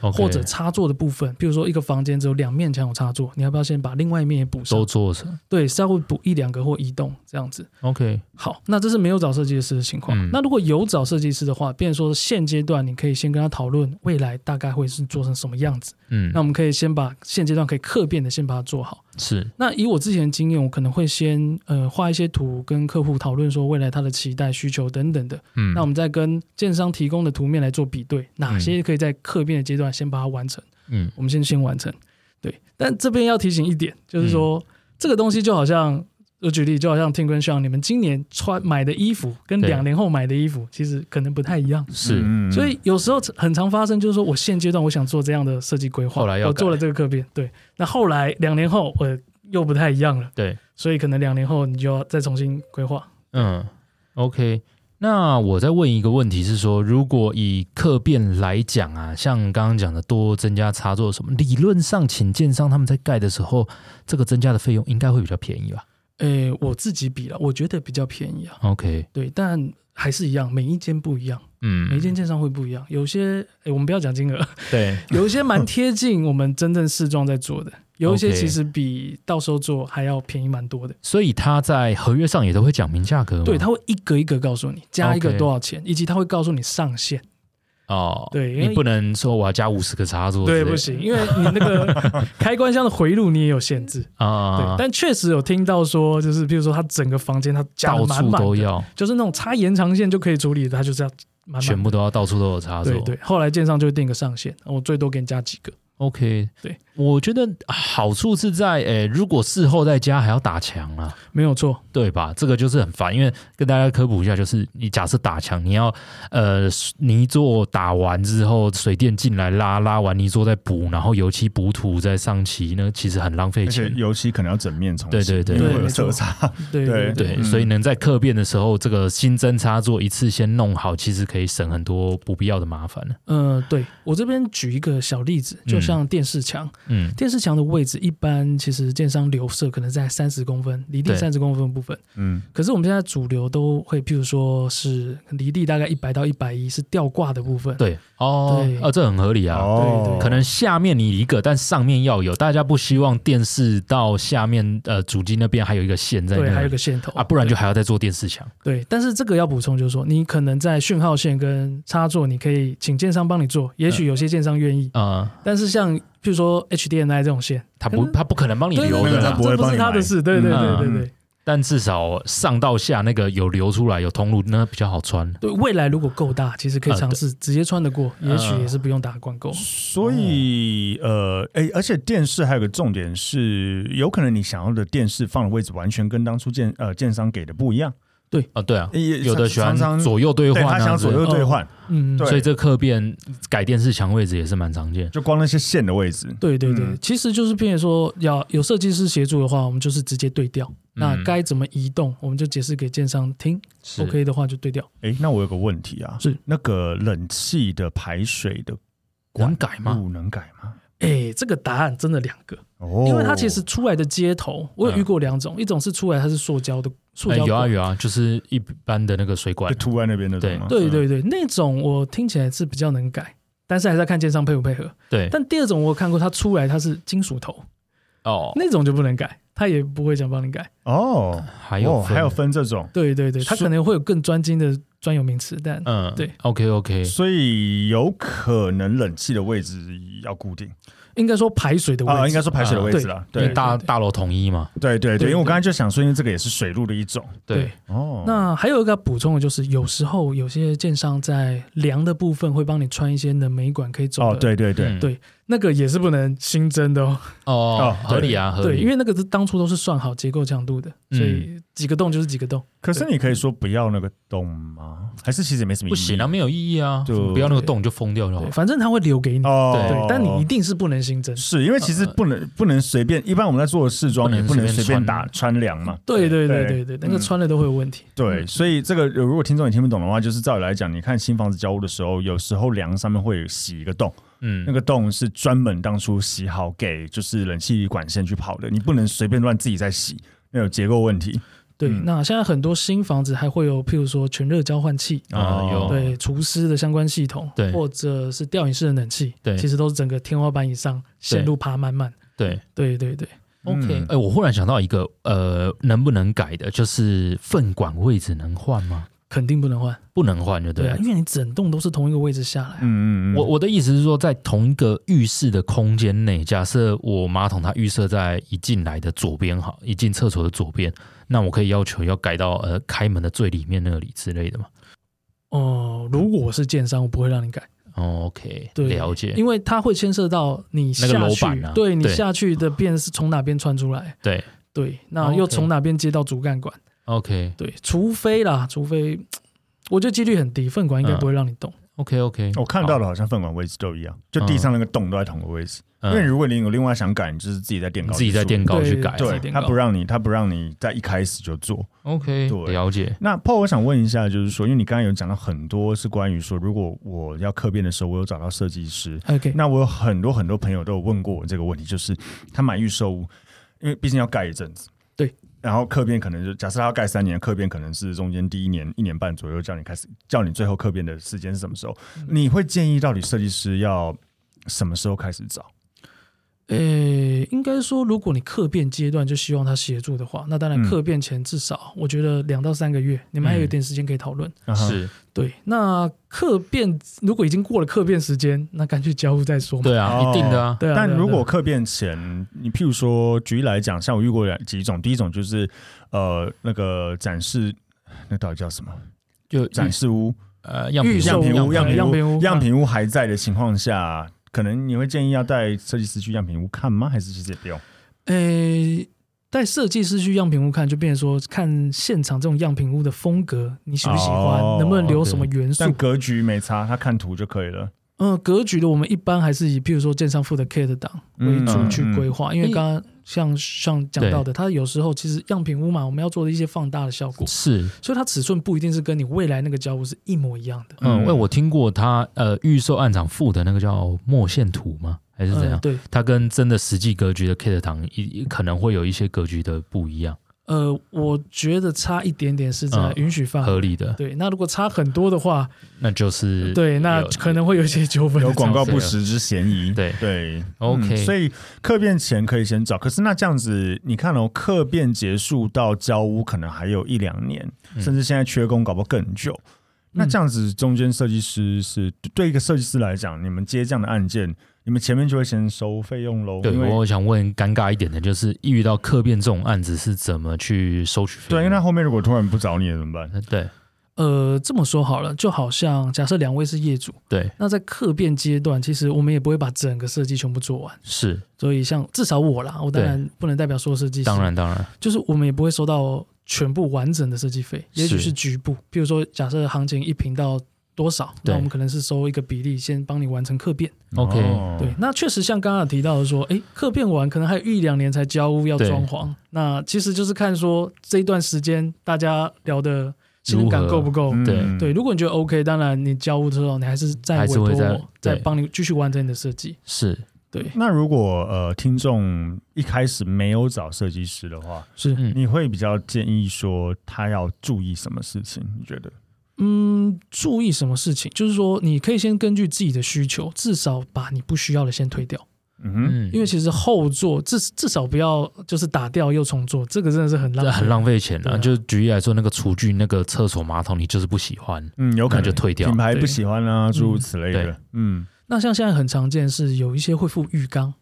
[SPEAKER 2] OK，
[SPEAKER 3] 或者插座的部分，比如说一个房间只有两面墙有插座，你要不要先把另外一面也补上
[SPEAKER 2] 都？做成
[SPEAKER 3] 对，稍微补一两个或移动这样子。
[SPEAKER 2] OK，
[SPEAKER 3] 好，那这是没有找设计师的情况。
[SPEAKER 2] 嗯
[SPEAKER 3] 那如果有找设计师的话，变成说现阶段你可以先跟他讨论未来大概会是做成什么样子。
[SPEAKER 2] 嗯
[SPEAKER 3] 那我们可以先把现阶段可以客变的先把它做好，
[SPEAKER 2] 是
[SPEAKER 3] 那以我之前的经验，我可能会先呃画一些图，跟客户讨论说未来他的期待、需求等等的。
[SPEAKER 2] 嗯，
[SPEAKER 3] 那我们再跟建商提供的图面来做比对，哪些可以在客变的阶段先把它完成，
[SPEAKER 2] 嗯
[SPEAKER 3] 我们先先完成。对，但这边要提醒一点，就是说、这个东西就好像我举例，就好像 Tim 跟 Sean 你们今年穿买的衣服跟
[SPEAKER 2] 对
[SPEAKER 3] 两年后买的衣服，其实可能不太一样。
[SPEAKER 2] 是
[SPEAKER 1] 嗯
[SPEAKER 3] 所以有时候很常发生，就是说我现阶段我想做这样的设计规划，
[SPEAKER 2] 后来要
[SPEAKER 3] 我做了这个客变，对，那后来两年后我又不太一样了，
[SPEAKER 2] 对，
[SPEAKER 3] 所以可能两年后你就要再重新规划。
[SPEAKER 2] 嗯，OK。那我再问一个问题是说，如果以客变来讲啊，像刚刚讲的多增加插座什么，理论上请建商他们在盖的时候，这个增加的费用应该会比较便宜吧
[SPEAKER 3] 诶，我自己比了，我觉得比较便宜啊，
[SPEAKER 2] ？OK，
[SPEAKER 3] 对，但还是一样，每一间不一样，每一
[SPEAKER 2] 嗯，
[SPEAKER 3] 间建商会不一样，有些诶，我们不要讲金额，
[SPEAKER 2] 对， *laughs*
[SPEAKER 3] 有一些蛮贴近我们真正试装在做的，有一些
[SPEAKER 2] OK
[SPEAKER 3] 其实比到时候做还要便宜蛮多的。
[SPEAKER 2] 所以他在合约上也都会讲明价格吗，
[SPEAKER 3] 对，他会一个一个告诉你加一个
[SPEAKER 2] OK
[SPEAKER 3] 多少钱以及他会告诉你上限。
[SPEAKER 2] 哦，
[SPEAKER 3] 对因为
[SPEAKER 2] 你不能说我要加五十个插座之类
[SPEAKER 3] 对，
[SPEAKER 2] 的，
[SPEAKER 3] 不行，因为你那个开关箱的回路你也有
[SPEAKER 2] *laughs*
[SPEAKER 3] 限制。对
[SPEAKER 2] 啊，，
[SPEAKER 3] 但确实有听到说，就是比如说他整个房间他加
[SPEAKER 2] 到
[SPEAKER 3] 得满
[SPEAKER 2] 处
[SPEAKER 3] 满
[SPEAKER 2] 都
[SPEAKER 3] 的，
[SPEAKER 2] 要，
[SPEAKER 3] 就是那种插延长线就可以处理的，他就是要满满
[SPEAKER 2] 全部都要，到处都有插座，
[SPEAKER 3] 对对，后来建商就会定个上限，我最多给你加几个。
[SPEAKER 2] OK，
[SPEAKER 3] 对，
[SPEAKER 2] 我觉得好处是在，诶、如果事后再加还要打墙啊，
[SPEAKER 3] 没有错，
[SPEAKER 2] 对吧？这个就是很烦，因为跟大家科普一下，就是你假设打墙，你要呃泥做打完之后，水电进来拉，拉完泥做再补，然后油漆补土再上漆，那其实很浪费
[SPEAKER 1] 而且
[SPEAKER 2] 钱。
[SPEAKER 1] 油漆可能要整面重
[SPEAKER 2] 对
[SPEAKER 1] 新，
[SPEAKER 2] 对对
[SPEAKER 1] 因为会有
[SPEAKER 3] 对
[SPEAKER 1] 色
[SPEAKER 3] 没错
[SPEAKER 1] 差，
[SPEAKER 3] 对
[SPEAKER 1] 对
[SPEAKER 3] 对
[SPEAKER 2] 对，
[SPEAKER 1] 嗯
[SPEAKER 2] 所以能在客变的时候，这个新增插座一次先弄好，其实可以省很多不必要的麻烦了。
[SPEAKER 3] 呃，对我这边举一个小例子，就
[SPEAKER 2] 嗯
[SPEAKER 3] 像电视墙，
[SPEAKER 2] 嗯，
[SPEAKER 3] 电视墙的位置一般其实建商留设可能在三十公分，离地
[SPEAKER 2] 对
[SPEAKER 3] 三十公分的部分。
[SPEAKER 1] 嗯，
[SPEAKER 3] 可是我们现在主流都会，譬如说是离地大概一百到一百一是吊挂的部分。
[SPEAKER 2] 对，哦，
[SPEAKER 3] 对
[SPEAKER 2] 哦，这很合理啊。
[SPEAKER 1] 哦，
[SPEAKER 3] 对
[SPEAKER 2] 可能下面你一个，但上面要有。大家不希望电视到下面呃主机那边还有一个线在那
[SPEAKER 3] 对，
[SPEAKER 2] 里，
[SPEAKER 3] 还有一个线头
[SPEAKER 2] 啊，不然就还要再做电视墙。
[SPEAKER 3] 对。但是这个要补充，就是说你可能在讯号线跟插座，你可以请建商帮你做，也
[SPEAKER 2] 嗯
[SPEAKER 3] 许有些建商愿意。
[SPEAKER 2] 呃，
[SPEAKER 3] 但是像譬如说 HDMI 这种线，
[SPEAKER 2] 他
[SPEAKER 3] 可
[SPEAKER 2] 不
[SPEAKER 3] 能
[SPEAKER 2] 他不可能帮你
[SPEAKER 3] 对
[SPEAKER 2] 留
[SPEAKER 3] 对
[SPEAKER 1] 着他
[SPEAKER 3] 对，
[SPEAKER 2] 的啊嗯
[SPEAKER 1] 不，会
[SPEAKER 3] 这不
[SPEAKER 1] 帮你
[SPEAKER 3] 是他
[SPEAKER 1] 买
[SPEAKER 3] 的事，对对对对对。
[SPEAKER 2] 但至少上到下那个有流出来有通路，那比较好穿。
[SPEAKER 3] 对，未来如果够大，其实可以尝试直接穿得过，
[SPEAKER 2] 啊嗯
[SPEAKER 3] 也许也是不用打管够。
[SPEAKER 1] 所以呃，哎、而且电视还有个重点是，有可能你想要的电视放的位置完全跟当初建呃建商给的不一样，
[SPEAKER 2] 啊，对啊，
[SPEAKER 1] 也
[SPEAKER 2] 有的喜欢
[SPEAKER 1] 常常
[SPEAKER 2] 左右对
[SPEAKER 1] 对
[SPEAKER 2] 换
[SPEAKER 1] 他
[SPEAKER 2] 啊
[SPEAKER 1] 想
[SPEAKER 2] 之类
[SPEAKER 1] 左
[SPEAKER 2] 的，
[SPEAKER 1] 右对换，
[SPEAKER 3] 嗯，
[SPEAKER 1] 对
[SPEAKER 2] 所以这客变改电视墙位置也是蛮常见。
[SPEAKER 1] 就光那些线的位置，
[SPEAKER 3] 对对对，
[SPEAKER 1] 嗯
[SPEAKER 3] 其实就是变成说，要有设计师协助的话，我们就是直接对调。那
[SPEAKER 2] 嗯
[SPEAKER 3] 该怎么移动，我们就解释给建商听。
[SPEAKER 2] 是
[SPEAKER 3] OK 的话就对调。
[SPEAKER 1] 哎、那我有个问题啊，
[SPEAKER 3] 是
[SPEAKER 1] 那个冷气的排水的
[SPEAKER 2] 能改吗？
[SPEAKER 1] 路能改吗？
[SPEAKER 3] 哎，这个答案真的两个，
[SPEAKER 1] 哦，
[SPEAKER 3] 因为它其实出来的接头，我有遇过两种，一种是出来它是塑胶的，塑
[SPEAKER 2] 嗯哎
[SPEAKER 3] 胶
[SPEAKER 2] 有啊
[SPEAKER 3] 管
[SPEAKER 2] 有啊，就是一般的那个水管
[SPEAKER 1] 就，凸在那边的，
[SPEAKER 2] 对
[SPEAKER 1] 吗？
[SPEAKER 3] 对
[SPEAKER 1] 嗯，
[SPEAKER 3] 对对，那种我听起来是比较能改，但是还是要看建商配不配合。
[SPEAKER 2] 对
[SPEAKER 3] 但第二种我有看过，它出来它是金属头，
[SPEAKER 2] 哦，
[SPEAKER 3] 那种就不能改，他也不会想帮你改。
[SPEAKER 1] 哦，
[SPEAKER 2] 还有
[SPEAKER 1] 哦还有
[SPEAKER 2] 分
[SPEAKER 1] 分这种，
[SPEAKER 3] 对对对，他
[SPEAKER 1] 是啊
[SPEAKER 3] 可能会有更专精的专有名词，但
[SPEAKER 2] 嗯
[SPEAKER 3] 对
[SPEAKER 2] ，OK OK，
[SPEAKER 1] 所以有可能冷气的位置要固定
[SPEAKER 3] 应该说排水的位置，
[SPEAKER 1] 啊，应该说排水的位置啦，
[SPEAKER 2] 因为
[SPEAKER 1] 对
[SPEAKER 3] 对
[SPEAKER 2] 大
[SPEAKER 3] 对对
[SPEAKER 2] 大楼统一嘛，
[SPEAKER 1] 对对对，
[SPEAKER 3] 对
[SPEAKER 1] 因为我刚才就想说，因为这个也是水路的一种
[SPEAKER 3] 对。
[SPEAKER 2] 对，
[SPEAKER 1] 哦。
[SPEAKER 3] 那还有一个要补充的就是，有时候有些建商在梁的部分会帮你穿一些冷媒管可以走的，
[SPEAKER 1] 哦，对对对，
[SPEAKER 2] 嗯
[SPEAKER 3] 对那个也是不能新增的哦。
[SPEAKER 2] 哦，
[SPEAKER 1] 哦
[SPEAKER 2] 合理啊，合
[SPEAKER 3] 对，
[SPEAKER 2] 理，
[SPEAKER 3] 因为那个是当初都是算好结构强度的，
[SPEAKER 2] 嗯
[SPEAKER 3] 所以几个洞就是几个洞。
[SPEAKER 1] 可是你可以说不要那个洞吗？还是其实也没什么意义？
[SPEAKER 2] 不行啊，没有意义啊，
[SPEAKER 1] 就
[SPEAKER 2] 不要那个洞就封掉就好
[SPEAKER 3] 对，。反正他会留给你，
[SPEAKER 1] 哦，
[SPEAKER 3] 对，但你一定是不能新增。
[SPEAKER 1] 是因为其实不能不能随便，一般我们在做的试装
[SPEAKER 2] 呃不能
[SPEAKER 1] 也不能
[SPEAKER 2] 随
[SPEAKER 1] 随
[SPEAKER 2] 便
[SPEAKER 1] 便
[SPEAKER 2] 穿啊
[SPEAKER 1] 打穿梁嘛。
[SPEAKER 3] 对对对
[SPEAKER 1] 对
[SPEAKER 3] 对对，那个穿了都会有问题。
[SPEAKER 1] 对，所以这个如果听众也听不懂的话，就是照理来讲，你看新房子交屋的时候，有时候梁上面会有洗一个洞，
[SPEAKER 2] 嗯，
[SPEAKER 1] 那个洞是专门当初洗好给就是冷气管线去跑的，你不能随便乱自己在洗，那有结构问题
[SPEAKER 3] 对，
[SPEAKER 1] 嗯
[SPEAKER 3] 那现在很多新房子还会有，譬如说全热交换器，
[SPEAKER 2] 啊
[SPEAKER 1] 哦
[SPEAKER 2] 有
[SPEAKER 3] 对除湿的相关系统，
[SPEAKER 2] 对
[SPEAKER 3] 或者是吊顶式的冷气，
[SPEAKER 2] 对
[SPEAKER 3] 其实都是整个天花板以上线路爬满满。
[SPEAKER 2] 对
[SPEAKER 3] 对对对，
[SPEAKER 2] ，OK，哎、
[SPEAKER 1] 嗯
[SPEAKER 2] 我忽然想到一个，呃，能不能改的，就是粪管位置能换吗？
[SPEAKER 3] 肯定不能换。
[SPEAKER 2] 不能换就对
[SPEAKER 3] 对啊
[SPEAKER 2] 了，。
[SPEAKER 3] 因为你整栋都是同一个位置下来啊，
[SPEAKER 1] 嗯嗯嗯，
[SPEAKER 2] 我我的意思是说，在同一个浴室的空间内，假设我马桶它预设在一进来的左边，好，一进厕所的左边，那我可以要求要改到呃开门的最里面那里之类的嘛。
[SPEAKER 3] 哦、如果我是建商，我不会让你改，
[SPEAKER 2] 哦，OK，
[SPEAKER 3] 对
[SPEAKER 2] 了解。
[SPEAKER 3] 因为它会牵涉到你
[SPEAKER 2] 那个
[SPEAKER 3] 下
[SPEAKER 2] 楼
[SPEAKER 3] 去，
[SPEAKER 2] 板啊
[SPEAKER 3] 对你
[SPEAKER 2] 对
[SPEAKER 3] 下去的便是从哪边穿出来，
[SPEAKER 2] 对
[SPEAKER 3] 对，
[SPEAKER 2] 哦
[SPEAKER 3] 那
[SPEAKER 2] ，OK
[SPEAKER 3] 又从哪边接到主干管，
[SPEAKER 2] ，OK，
[SPEAKER 3] 对，除非啦，除非我觉得几率很低，粪管
[SPEAKER 2] 嗯
[SPEAKER 3] 应该不会让你动。
[SPEAKER 2] OK OK，
[SPEAKER 1] 我看到的好像粪管位置都一样，就地上那个洞都在同个位置。
[SPEAKER 2] 嗯
[SPEAKER 3] 哦
[SPEAKER 1] 因为如果你有另外想改，你就是自己在垫高，
[SPEAKER 2] 自己在垫高
[SPEAKER 3] 对
[SPEAKER 2] 去改。
[SPEAKER 3] 自己
[SPEAKER 1] 对，
[SPEAKER 3] 垫
[SPEAKER 1] 他
[SPEAKER 3] 高
[SPEAKER 1] 不让你，他不让你在一开始就做。
[SPEAKER 2] OK，
[SPEAKER 1] 对
[SPEAKER 2] 了解。
[SPEAKER 1] 那 Paul，我想问一下，就是说，因为你刚刚有讲到很多是关于说，如果我要客变的时候，我有找到设计师，
[SPEAKER 3] OK，
[SPEAKER 1] 那我有很多很多朋友都有问过我这个问题，就是他买预售屋，因为毕竟要盖一阵子，
[SPEAKER 3] 对。
[SPEAKER 1] 然后客变可能就假设他要盖三年，客变可能是中间第一年一年半左右叫你开始，叫你最后客变的时间是什么时候？
[SPEAKER 3] 嗯
[SPEAKER 1] 你会建议到底设计师要什么时候开始找？
[SPEAKER 3] 呃、应该说，如果你客变阶段就希望他协助的话，那当
[SPEAKER 1] 嗯
[SPEAKER 3] 然客变前至少、我觉得两到三个月，你们还有一点时间可以讨论。
[SPEAKER 1] 啊哈
[SPEAKER 2] 是，
[SPEAKER 3] 对，嗯那客变如果已经过了客变时间，那干脆交付再说嘛。
[SPEAKER 2] 对啊，
[SPEAKER 1] 哦
[SPEAKER 2] 一定的啊。
[SPEAKER 3] 对啊，
[SPEAKER 1] 但
[SPEAKER 3] 对啊
[SPEAKER 1] 如果
[SPEAKER 3] 对啊
[SPEAKER 1] 客变前，你譬如说举例来讲，像我遇过两几种，第一种就是呃那个展示，那到底叫什么？
[SPEAKER 2] 就
[SPEAKER 1] 展示屋、
[SPEAKER 2] 呃样
[SPEAKER 3] 预
[SPEAKER 2] 品
[SPEAKER 3] 售
[SPEAKER 1] 样品
[SPEAKER 3] 屋
[SPEAKER 1] 屋、
[SPEAKER 3] 样品
[SPEAKER 1] 样
[SPEAKER 3] 屋
[SPEAKER 1] 品屋、
[SPEAKER 3] 嗯
[SPEAKER 1] 样品屋还在的情况下，可能你会建议要带设计师去样品屋看吗？还是其实也不用？
[SPEAKER 3] 呃，带设计师去样品屋看，就变成说看现场这种样品屋的风格，你喜不喜欢，
[SPEAKER 1] 哦
[SPEAKER 3] 能不能留什么元素
[SPEAKER 1] 但？格局没差，他看图就可以了。
[SPEAKER 3] 嗯、格局的我们一般还是以譬如说建商附的 K 的档为
[SPEAKER 1] 嗯
[SPEAKER 3] 主
[SPEAKER 1] 嗯
[SPEAKER 3] 去
[SPEAKER 1] 嗯
[SPEAKER 3] 规划，因为刚刚像像讲到的，它有时候其实样品屋嘛，我们要做的一些放大的效果，
[SPEAKER 2] 是，
[SPEAKER 3] 所以它尺寸不一定是跟你未来那个交屋是一模一样的。
[SPEAKER 2] 嗯，
[SPEAKER 1] 嗯
[SPEAKER 2] 喂，我听过他呃预售案场附的那个叫墨线图吗？还是怎
[SPEAKER 3] 嗯，
[SPEAKER 2] 样？
[SPEAKER 3] 对，
[SPEAKER 2] 它跟真的实际格局的 Kit 堂一一可能会有一些格局的不一样，
[SPEAKER 3] 呃，我觉得差一点点是在
[SPEAKER 2] 嗯
[SPEAKER 3] 允许范围。
[SPEAKER 2] 合理的，
[SPEAKER 3] 啊对，那如果差很多的话，
[SPEAKER 2] 那就是
[SPEAKER 3] 对，那
[SPEAKER 2] 有
[SPEAKER 3] 可能会有一些纠纷。嗯
[SPEAKER 1] 有广告不实之嫌疑。
[SPEAKER 2] 对
[SPEAKER 1] 对
[SPEAKER 2] OK
[SPEAKER 1] 嗯所以客变前可以先找，可是那这样子，你看哦，客变结束到交屋可能还有一两年，
[SPEAKER 2] 嗯
[SPEAKER 1] 甚至现在缺工，搞不好更久。那这样子，中间设计师是对一个设计师来讲，你们接这样的案件，你们前面就会先收费用喽，
[SPEAKER 2] 对
[SPEAKER 1] 因为
[SPEAKER 2] 我想问尴尬一点的就是，一遇到客变这种案子是怎么去收取费
[SPEAKER 1] 对，因
[SPEAKER 2] 用
[SPEAKER 1] 为他后面如果突然不找你了怎么办？
[SPEAKER 2] 呃对
[SPEAKER 3] 呃，这么说好了，就好像假设两位是业主，
[SPEAKER 2] 对
[SPEAKER 3] 那在客变阶段，其实我们也不会把整个设计全部做完，
[SPEAKER 2] 是，
[SPEAKER 3] 所以像至少我啦，我当
[SPEAKER 2] 对
[SPEAKER 3] 然不能代表所有设计师，
[SPEAKER 2] 当然当然
[SPEAKER 3] 就是我们也不会收到全部完整的设计费，也许
[SPEAKER 2] 是
[SPEAKER 3] 是局部，比如说假设行情一平到多少，那
[SPEAKER 2] 对
[SPEAKER 3] 我们可能是收一个比例，先帮你完成客变。
[SPEAKER 2] OK，
[SPEAKER 1] 哦
[SPEAKER 3] 对，那确实像刚刚有提到的说，诶，客变完可能还有一两年才交屋要
[SPEAKER 2] 对
[SPEAKER 3] 装潢，那其实就是看说这一段时间大家聊的信任感
[SPEAKER 2] 如何
[SPEAKER 3] 够不够。
[SPEAKER 1] 嗯
[SPEAKER 2] 哦对
[SPEAKER 3] 对，如果你觉得 OK，当然你交屋之后，你还是再
[SPEAKER 2] 还
[SPEAKER 3] 委
[SPEAKER 2] 是
[SPEAKER 3] 托
[SPEAKER 2] 会再
[SPEAKER 3] 我，再
[SPEAKER 2] 对
[SPEAKER 3] 帮你继续完成你的设计。
[SPEAKER 2] 是
[SPEAKER 3] 对，
[SPEAKER 1] 那如果呃听众一开始没有找设计师的话，
[SPEAKER 3] 是，
[SPEAKER 2] 嗯
[SPEAKER 1] 你会比较建议说他要注意什么事情？你觉得？
[SPEAKER 3] 嗯，注意什么事情？就是说，你可以先根据自己的需求，至少把你不需要的先推掉，
[SPEAKER 1] 嗯哼，
[SPEAKER 2] 嗯，
[SPEAKER 3] 因为其实后做至至少不要就是打掉又重做，这个真的是很浪
[SPEAKER 2] 这
[SPEAKER 3] 费，
[SPEAKER 2] 很浪费钱
[SPEAKER 3] 对
[SPEAKER 2] 啊。
[SPEAKER 3] 啊
[SPEAKER 2] 就举例来说，那个厨具、那个厕所、马桶，你就是不喜欢，
[SPEAKER 1] 嗯，有可
[SPEAKER 2] 那
[SPEAKER 1] 能
[SPEAKER 2] 就退掉
[SPEAKER 1] 品。牌
[SPEAKER 3] 对
[SPEAKER 1] 不喜欢啊，诸如此类
[SPEAKER 2] 对
[SPEAKER 1] 的。嗯，
[SPEAKER 3] 那像现在很常见是有一些会附浴缸，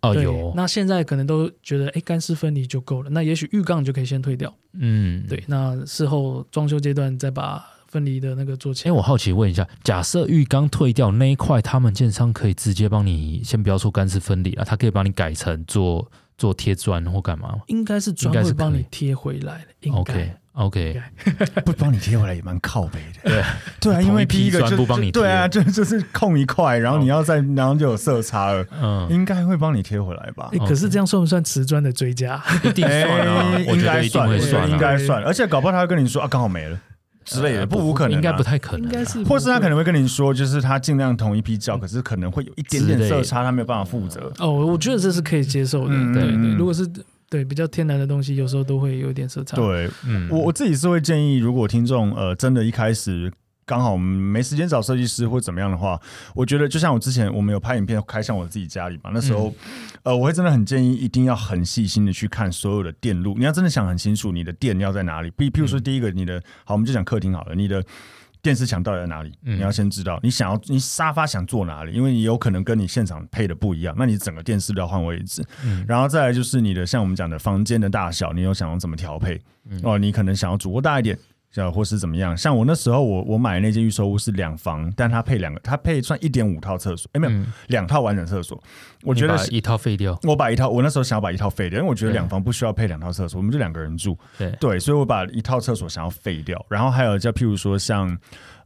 [SPEAKER 2] 哦，
[SPEAKER 3] 对
[SPEAKER 2] 有，
[SPEAKER 3] 那现在可能都觉得，哎，干湿分离就够了。那也许浴缸你就可以先退掉，
[SPEAKER 2] 嗯，
[SPEAKER 3] 对，那事后装修阶段再把分离的那个做起
[SPEAKER 2] 哎，
[SPEAKER 3] 来。
[SPEAKER 2] 我好奇问一下，假设浴缸退掉那一块，他们建商可以直接帮你，先不要说干湿分离啊，他可以帮你改成做做贴砖或干嘛吗
[SPEAKER 3] 应该是专
[SPEAKER 2] 应该
[SPEAKER 3] 会
[SPEAKER 2] 是可以
[SPEAKER 3] 帮你贴回来的，应该。
[SPEAKER 2] ？OK OK，
[SPEAKER 1] 不帮你贴回来也蛮靠背的。
[SPEAKER 2] 对
[SPEAKER 1] *laughs* 对啊，因为
[SPEAKER 2] 同一批
[SPEAKER 1] 第一个
[SPEAKER 2] 砖
[SPEAKER 1] 就
[SPEAKER 2] 不帮你
[SPEAKER 1] 就对啊，就就是空一块，然后
[SPEAKER 2] 哦
[SPEAKER 1] 你要再，然后就有色差了，
[SPEAKER 2] 嗯，
[SPEAKER 1] 应该会帮你贴回来吧
[SPEAKER 3] 诶？哎可是这样算不算瓷砖的追加？
[SPEAKER 2] 一定算啊，我
[SPEAKER 1] 应
[SPEAKER 2] 觉得
[SPEAKER 1] 该
[SPEAKER 2] 一定
[SPEAKER 1] 算，
[SPEAKER 2] 会
[SPEAKER 1] 我觉得
[SPEAKER 2] 算啊，
[SPEAKER 1] 哎应该算，而且搞不好他会跟你说啊，刚好没了之类的，
[SPEAKER 2] 呃
[SPEAKER 1] 不无可能啊，
[SPEAKER 2] 应该不太可能
[SPEAKER 3] *laughs* 应
[SPEAKER 2] 啊，
[SPEAKER 3] 该是，
[SPEAKER 1] 或是他可能会跟你说，就是他尽量同一批叫，可是可能会有一点点
[SPEAKER 2] 之类
[SPEAKER 1] 色差，他没有办法负责。
[SPEAKER 3] 哦，我觉得这是可以接受的。
[SPEAKER 1] 嗯
[SPEAKER 3] 对
[SPEAKER 1] 嗯
[SPEAKER 3] 对，
[SPEAKER 1] 嗯
[SPEAKER 3] 如果是对比较天然的东西，有时候都会有点色差。
[SPEAKER 1] 对
[SPEAKER 2] 嗯，
[SPEAKER 1] 我我自己是会建议，如果听众呃真的一开始刚好我们没时间找设计师或怎么样的话，我觉得就像我之前我们有拍影片开箱我自己家里嘛，那时候、呃，我会真的很建议一定要很细心的去看所有的电路，你要真的想很清楚你的电要在哪里。比譬如说第一个，你的好，我们就讲客厅好了，你的。电视墙到底在哪里？你要先知道你想要你沙发想坐哪里，因为你有可能跟你现场配的不一样，那你整个电视都要换位置。然后再来就是你的像我们讲的房间的大小，你有想要怎么调配？哦，你可能想要主卧大一点，小或是怎么样？像我那时候我我买的那间预售屋是两房，但它配两个，它配算一点五套厕所，哎、没有两、套完整厕所。我觉得
[SPEAKER 2] 你把
[SPEAKER 1] 是
[SPEAKER 2] 一套废掉，
[SPEAKER 1] 我把一套，我那时候想要把一套废掉，因为我觉得
[SPEAKER 2] 对
[SPEAKER 1] 两房不需要配两套厕所，我们就两个人住。
[SPEAKER 2] 对
[SPEAKER 1] 对，所以我把一套厕所想要废掉，然后还有叫譬如说像。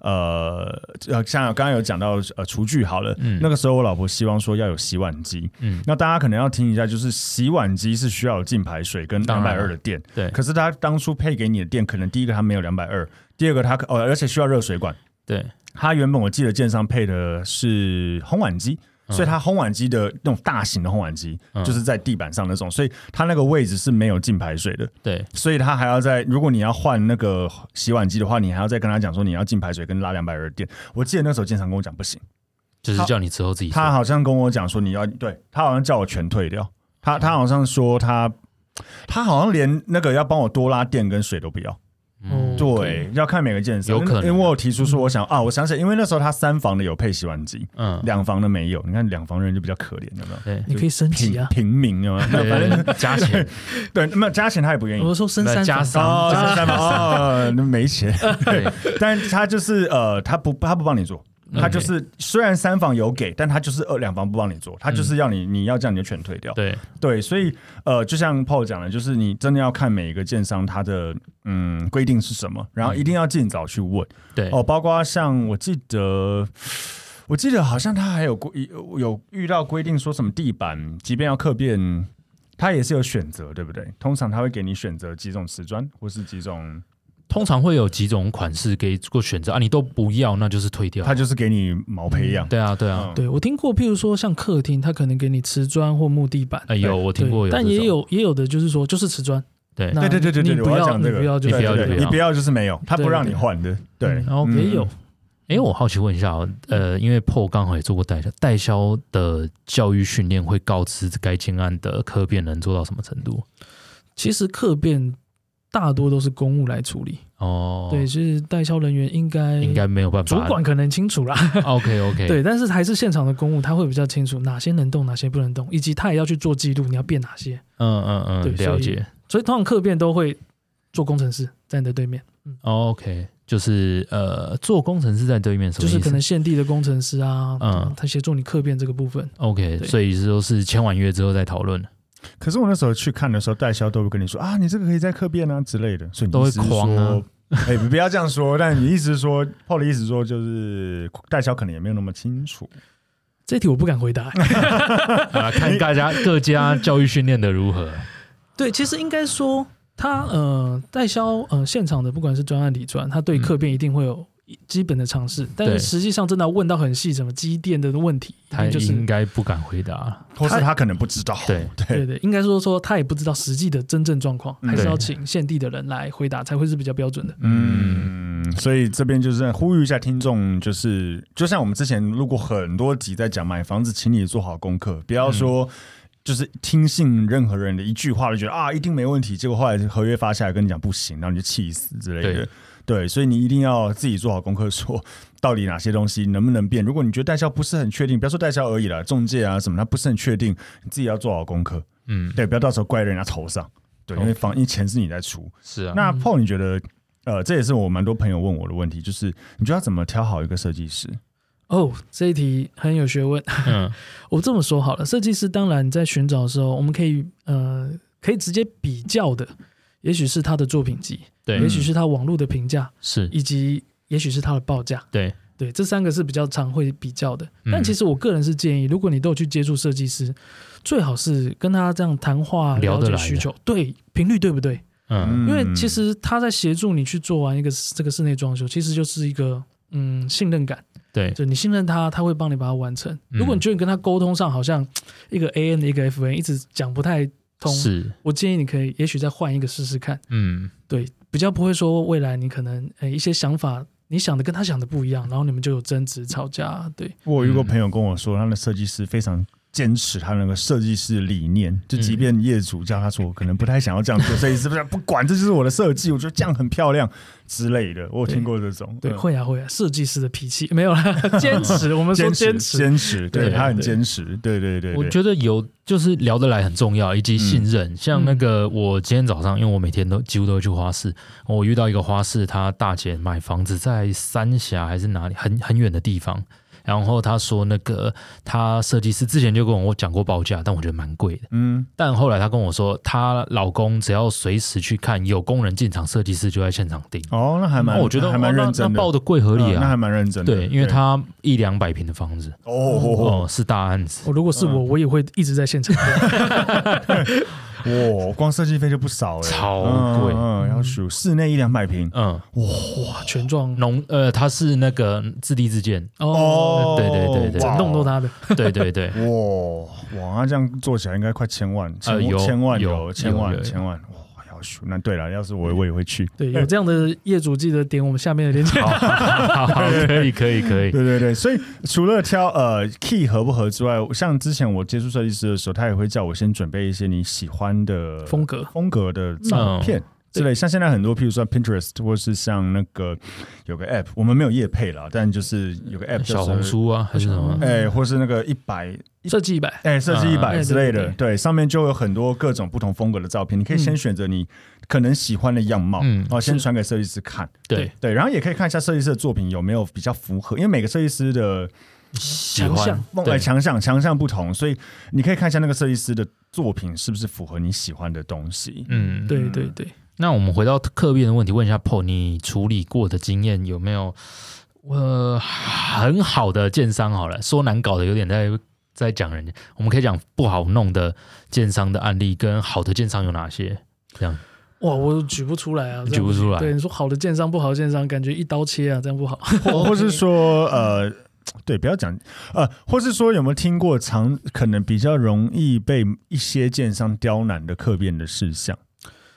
[SPEAKER 1] 呃，呃，像刚刚有讲到呃厨具好了，那个时候我老婆希望说要有洗碗机，
[SPEAKER 2] 嗯
[SPEAKER 1] 那大家可能要听一下，就是洗碗机是需要有净排水跟两
[SPEAKER 2] 当
[SPEAKER 1] 百
[SPEAKER 2] 然
[SPEAKER 1] 二
[SPEAKER 2] 了
[SPEAKER 1] 的电，
[SPEAKER 2] 对
[SPEAKER 1] 可是它当初配给你的电，可能第一个它没有两百二，第二个它可哦，而且需要热水管，
[SPEAKER 2] 对，
[SPEAKER 1] 它原本我记得建商配的是烘碗机。
[SPEAKER 2] 嗯
[SPEAKER 1] 所以它烘碗机的那种大型的烘碗机，就是在地板上那种，所以它那个位置是没有进排水的，
[SPEAKER 2] 对，
[SPEAKER 1] 所以它还要在如果你要换那个洗碗机的话，你还要再跟他讲说你要进排水跟拉两百二电。我记得那时候建商跟我讲不行，
[SPEAKER 2] 就是叫你之后自己
[SPEAKER 1] 他
[SPEAKER 2] 做
[SPEAKER 1] 好像跟我讲说你要对他好像叫我全退掉，他他好像说他他好像连那个要帮我多拉电跟水都不要。
[SPEAKER 2] 嗯
[SPEAKER 1] 对，要看每个建商，
[SPEAKER 2] 有可能
[SPEAKER 1] 因为我有提出说，我想啊，我想起来，因为那时候他三房的有配洗碗机，
[SPEAKER 2] 嗯，
[SPEAKER 1] 两房的没有。你看两房人就比较可怜，有没有？
[SPEAKER 2] 对，
[SPEAKER 3] 你可以升级
[SPEAKER 1] 平
[SPEAKER 3] 啊。
[SPEAKER 1] 平民有没有？
[SPEAKER 2] 对
[SPEAKER 1] 那
[SPEAKER 2] *laughs*
[SPEAKER 1] 反正
[SPEAKER 2] 加钱，
[SPEAKER 1] 对，那么加钱他也不愿意
[SPEAKER 3] 我。说升
[SPEAKER 2] 那
[SPEAKER 3] 三
[SPEAKER 2] 加
[SPEAKER 3] 房
[SPEAKER 2] 三
[SPEAKER 1] 哦，就是三房哦，那没钱，
[SPEAKER 2] 对，
[SPEAKER 1] 但是他就是呃，他不他不帮你做，他
[SPEAKER 2] OK
[SPEAKER 1] 就是虽然三房有给，但他就是二两房不帮你做，他就是要你你要这样你就全退掉。
[SPEAKER 2] 对，
[SPEAKER 1] 对，所以呃，就像 Paul 讲的，就是你真的要看每一个建商他的嗯规定是什么，然后一定要尽早去问。
[SPEAKER 2] 对，
[SPEAKER 1] 哦，包括像我记得，我记得好像他还有规有遇到规定说什么地板，即便要刻变，它也是有选择，对不对？通常他会给你选择几种瓷砖，或是几种，
[SPEAKER 2] 通常会有几种款式给做选择啊，你都不要，那就是退掉
[SPEAKER 1] 他。就是给你毛坯一样。
[SPEAKER 2] 对啊，对啊，
[SPEAKER 1] 嗯
[SPEAKER 3] 对我听过，譬如说像客厅，它可能给你瓷砖或木地板，
[SPEAKER 2] 哎，有我听过有
[SPEAKER 3] 对
[SPEAKER 2] 这种，
[SPEAKER 3] 但也有也有的就是说就是瓷砖，
[SPEAKER 2] 对
[SPEAKER 3] 那
[SPEAKER 1] 对对对对对，
[SPEAKER 3] 你
[SPEAKER 1] 我
[SPEAKER 3] 不
[SPEAKER 1] 要
[SPEAKER 3] 要
[SPEAKER 1] 讲这个，
[SPEAKER 3] 你不要就
[SPEAKER 1] 对
[SPEAKER 2] 不要
[SPEAKER 1] 对
[SPEAKER 2] 就
[SPEAKER 1] 对
[SPEAKER 2] 不要
[SPEAKER 1] 你不要就是没有，他不
[SPEAKER 3] 对
[SPEAKER 1] 让
[SPEAKER 3] 对
[SPEAKER 1] 你换的，对
[SPEAKER 3] 嗯，然后也有，
[SPEAKER 2] 哎、我好奇问一下哦，呃，因为 PO 刚好也做过代销，代销的教育训练会告知该建案的科变能做到什么程度？
[SPEAKER 3] 其实客变大多都是公务来处理，
[SPEAKER 2] 哦，
[SPEAKER 3] 对，，其实代销人员应该
[SPEAKER 2] 应该没有办法。
[SPEAKER 3] 主管可能清楚啦， *laughs*
[SPEAKER 2] ，OK OK，
[SPEAKER 3] 对，但是还是现场的公务，他会比较清楚哪些能动，哪些不能动，以及他也要去做记录，你要变哪些，
[SPEAKER 2] 嗯嗯嗯，
[SPEAKER 3] 对
[SPEAKER 2] 了解。
[SPEAKER 3] 所以通常客变都会做工程师在你的对面，
[SPEAKER 2] 哦 OK，就是呃，做工程师在对面什么
[SPEAKER 3] 就
[SPEAKER 2] 意思？
[SPEAKER 3] 是可能现地的工程师啊，
[SPEAKER 2] 嗯
[SPEAKER 3] 他协助你客变这个
[SPEAKER 2] *laughs*
[SPEAKER 3] 部分，
[SPEAKER 2] OK，
[SPEAKER 3] 对
[SPEAKER 2] 所以是都是签完约之后再讨论，
[SPEAKER 3] *laughs*
[SPEAKER 1] 可是我那时候去看的时候，代销都会跟你说啊，你这个可以在客变啊之类的，所以你
[SPEAKER 2] 都会
[SPEAKER 1] 意思是说
[SPEAKER 2] 狂啊。
[SPEAKER 1] *laughs* 哎、不要这样说。但你意思是说，Paul 的意思是说，就是代销可能也没有那么清楚。
[SPEAKER 3] 这一题我不敢回答、
[SPEAKER 2] 啊，看大家各家教育训练的如
[SPEAKER 3] *laughs*
[SPEAKER 2] 何。
[SPEAKER 3] 对，其实应该说他呃代销呃现场的不管是专案理专，他对客变一定会有基本的尝试，但
[SPEAKER 2] 嗯
[SPEAKER 3] 是
[SPEAKER 2] 对
[SPEAKER 3] 实际上真的要问到很细，什么机电的问题，一
[SPEAKER 2] 他
[SPEAKER 3] 定就是
[SPEAKER 2] 应该不敢回答，
[SPEAKER 1] 或是他可能不知道。
[SPEAKER 2] 对
[SPEAKER 3] 对对，应该说说他也不知道实际的真正状况，
[SPEAKER 1] 嗯
[SPEAKER 3] 还是要
[SPEAKER 2] 对
[SPEAKER 3] 请现地的人来回答才会是比较标准的。
[SPEAKER 1] 嗯，所以这边就是呼吁一下听众，就是就像我们之前录过很多集在讲买房子，请你做好功课，不要说。就是听信任何人的一句话，就觉得啊一定没问题，结果后来合约发下来跟你讲不行，然后你就气死之类的。
[SPEAKER 2] 对
[SPEAKER 1] 对，所以你一定要自己做好功课，说到底哪些东西能不能变。如果你觉得代销不是很确定，不要说代销而已啦，中介啊什么，他不是很确定，你自己要做好功课。
[SPEAKER 2] 嗯，
[SPEAKER 1] 对，不要到时候怪人家头上。对，因为
[SPEAKER 2] OK
[SPEAKER 1] 房，因为钱是你在出。
[SPEAKER 2] 是啊，
[SPEAKER 1] 那 Paul，你觉得，呃，这也是我蛮多朋友问我的问题，就是你觉得要怎么挑好一个设计师？
[SPEAKER 3] 哦，这一题很有学问。
[SPEAKER 2] 嗯
[SPEAKER 3] 我这么说好了，设计师当然在寻找的时候，我们可以呃可以直接比较的，也许是他的作品集，
[SPEAKER 2] 对
[SPEAKER 3] 也许是他网络的评价，
[SPEAKER 2] 是，
[SPEAKER 3] 以及也许是他的报价。
[SPEAKER 2] 对，
[SPEAKER 3] 对，这三个是比较常会比较的。
[SPEAKER 2] 嗯
[SPEAKER 3] 但其实我个人是建议，如果你都有去接触设计师，最好是跟他这样谈话，
[SPEAKER 2] 聊
[SPEAKER 3] 了
[SPEAKER 2] 得
[SPEAKER 3] 解
[SPEAKER 2] 来
[SPEAKER 3] 需
[SPEAKER 2] 的
[SPEAKER 3] 求，对频率对不对？
[SPEAKER 2] 嗯
[SPEAKER 1] 嗯
[SPEAKER 3] 因为其实他在协助你去做完一个这个室内装修，其实就是一个嗯信任感，
[SPEAKER 2] 对，
[SPEAKER 3] 就你信任他，他会帮你把它完成。
[SPEAKER 2] 嗯
[SPEAKER 3] 如果你觉得你跟他沟通上好像嘖一个 A N 一个 F N 一直讲不太通，
[SPEAKER 2] 是，
[SPEAKER 3] 我建议你可以也许再换一个试试看，
[SPEAKER 2] 嗯
[SPEAKER 3] 对，比较不会说未来你可能呃一些想法。你想的跟他想的不一样，然后你们就有争执吵架。对，
[SPEAKER 1] 我有一个朋友跟我说，他的设计师非常坚持他那个设计师的理念，就即便业主叫他说，我可能不太想要这样做，设计师不不管，这就是我的设计，我觉得这样很漂亮之类的。我有听过这种，
[SPEAKER 3] 对，
[SPEAKER 1] 嗯
[SPEAKER 3] 会啊会啊，设计师的脾气没 *laughs* 有啦，坚持，我们说
[SPEAKER 1] 坚持
[SPEAKER 3] 坚持，
[SPEAKER 1] 坚持，对
[SPEAKER 3] 对
[SPEAKER 1] 他很
[SPEAKER 3] 对
[SPEAKER 1] 坚持，对对对，嗯
[SPEAKER 2] 我
[SPEAKER 1] 对
[SPEAKER 2] 觉得有就是聊得来很重要，以及信任。像那个我今天早上，因为我每天都几乎都会去花市，我遇到一个花市，她大姐买房子在三峡还是哪里，很很远的地方。然后她说，那个她设计师之前就跟我讲过报价，但我觉得蛮贵的。
[SPEAKER 1] 嗯，
[SPEAKER 2] 但后来她跟我说，她老公只要随时去看，有工人进场，设计师就在现场定。
[SPEAKER 1] 哦，那还蛮，
[SPEAKER 2] 那我觉得
[SPEAKER 1] 还蛮
[SPEAKER 2] 哦那
[SPEAKER 1] 认真
[SPEAKER 2] 那
[SPEAKER 1] 的，
[SPEAKER 2] 报的贵合理
[SPEAKER 1] 嗯那还
[SPEAKER 2] 啊。
[SPEAKER 1] 蛮认真的，
[SPEAKER 2] 对，因为他一两百平的房子，
[SPEAKER 1] 哦哦
[SPEAKER 2] 哦，是大案子。
[SPEAKER 3] 我如果是我，我也会一直在现场。
[SPEAKER 1] 哦，哇，光设计费就不少哎，
[SPEAKER 2] 超
[SPEAKER 1] 嗯
[SPEAKER 2] 贵
[SPEAKER 1] 嗯，要数室内一两百平，
[SPEAKER 2] 嗯，
[SPEAKER 3] 哇，全
[SPEAKER 2] *laughs*
[SPEAKER 3] 撞
[SPEAKER 2] 农呃，他是那个自立自建，
[SPEAKER 3] 哦，
[SPEAKER 1] 哦，
[SPEAKER 2] 对对对对
[SPEAKER 3] 整栋都他的，
[SPEAKER 2] 对对对，
[SPEAKER 1] 哇哇，那这样做起来应该快千万，千、
[SPEAKER 2] 呃有
[SPEAKER 1] 千万
[SPEAKER 2] 有
[SPEAKER 1] 有，
[SPEAKER 2] 有
[SPEAKER 1] 千
[SPEAKER 2] 有
[SPEAKER 1] 万
[SPEAKER 2] 有
[SPEAKER 1] 千万，哇，要去。那对了，要是我我也会去。
[SPEAKER 3] 对，有这样的业主记得点我们下面的链接。
[SPEAKER 2] 好，好好可以可以可以，
[SPEAKER 1] 对对对，所以除了挑呃 key 合不合之外，像之前我接触设计师的时候，他也会叫我先准备一些你喜欢的
[SPEAKER 3] 风格
[SPEAKER 1] 风格的照片。
[SPEAKER 2] 嗯
[SPEAKER 1] 之类，像现在很多，譬如说 Pinterest，或是像那个有个 App，我们没有业配啦，但就是有个 App，就是
[SPEAKER 2] 嗯小红，书啊还是什么，
[SPEAKER 1] 哎、或是那个一百
[SPEAKER 3] 设计一百，
[SPEAKER 1] 哎，设计一
[SPEAKER 2] 嗯
[SPEAKER 1] 百
[SPEAKER 3] 哎
[SPEAKER 1] 之类
[SPEAKER 3] 对
[SPEAKER 1] 的，
[SPEAKER 3] 对
[SPEAKER 1] 对，上面就有很多各种不同风格的照片，你可以先
[SPEAKER 3] 嗯
[SPEAKER 1] 选择你可能喜欢的样貌，
[SPEAKER 2] 嗯
[SPEAKER 1] 然后先
[SPEAKER 3] 是
[SPEAKER 1] 传给设计师看，
[SPEAKER 2] 对，
[SPEAKER 1] 对，然后也可以看一下设计师的作品有没有比较符合，因为每个设计师的
[SPEAKER 2] 喜
[SPEAKER 3] 强
[SPEAKER 2] 欢
[SPEAKER 3] 项
[SPEAKER 1] 梦
[SPEAKER 2] 对
[SPEAKER 1] 呃强项强项不同，所以你可以看一下那个设计师的作品是不是符合你喜欢的东西。
[SPEAKER 2] 嗯，
[SPEAKER 3] 对对对，
[SPEAKER 2] 那我们回到客变的问题，问一下 Paul，你处理过的经验有没有？呃，很好的建商好了，说难搞的有点在在讲人家，我们可以讲不好弄的建商的案例，跟好的建商有哪些？这样
[SPEAKER 3] 哇，我举不出来啊，这
[SPEAKER 2] 举
[SPEAKER 3] 样
[SPEAKER 2] 不出来
[SPEAKER 3] 对，你说好的建商，不好的建商，感觉一刀切啊，这样不好。
[SPEAKER 1] 哦或或是说呃。对，不要讲，呃，或是说有没有听过常可能比较容易被一些建商刁难的客变的事项？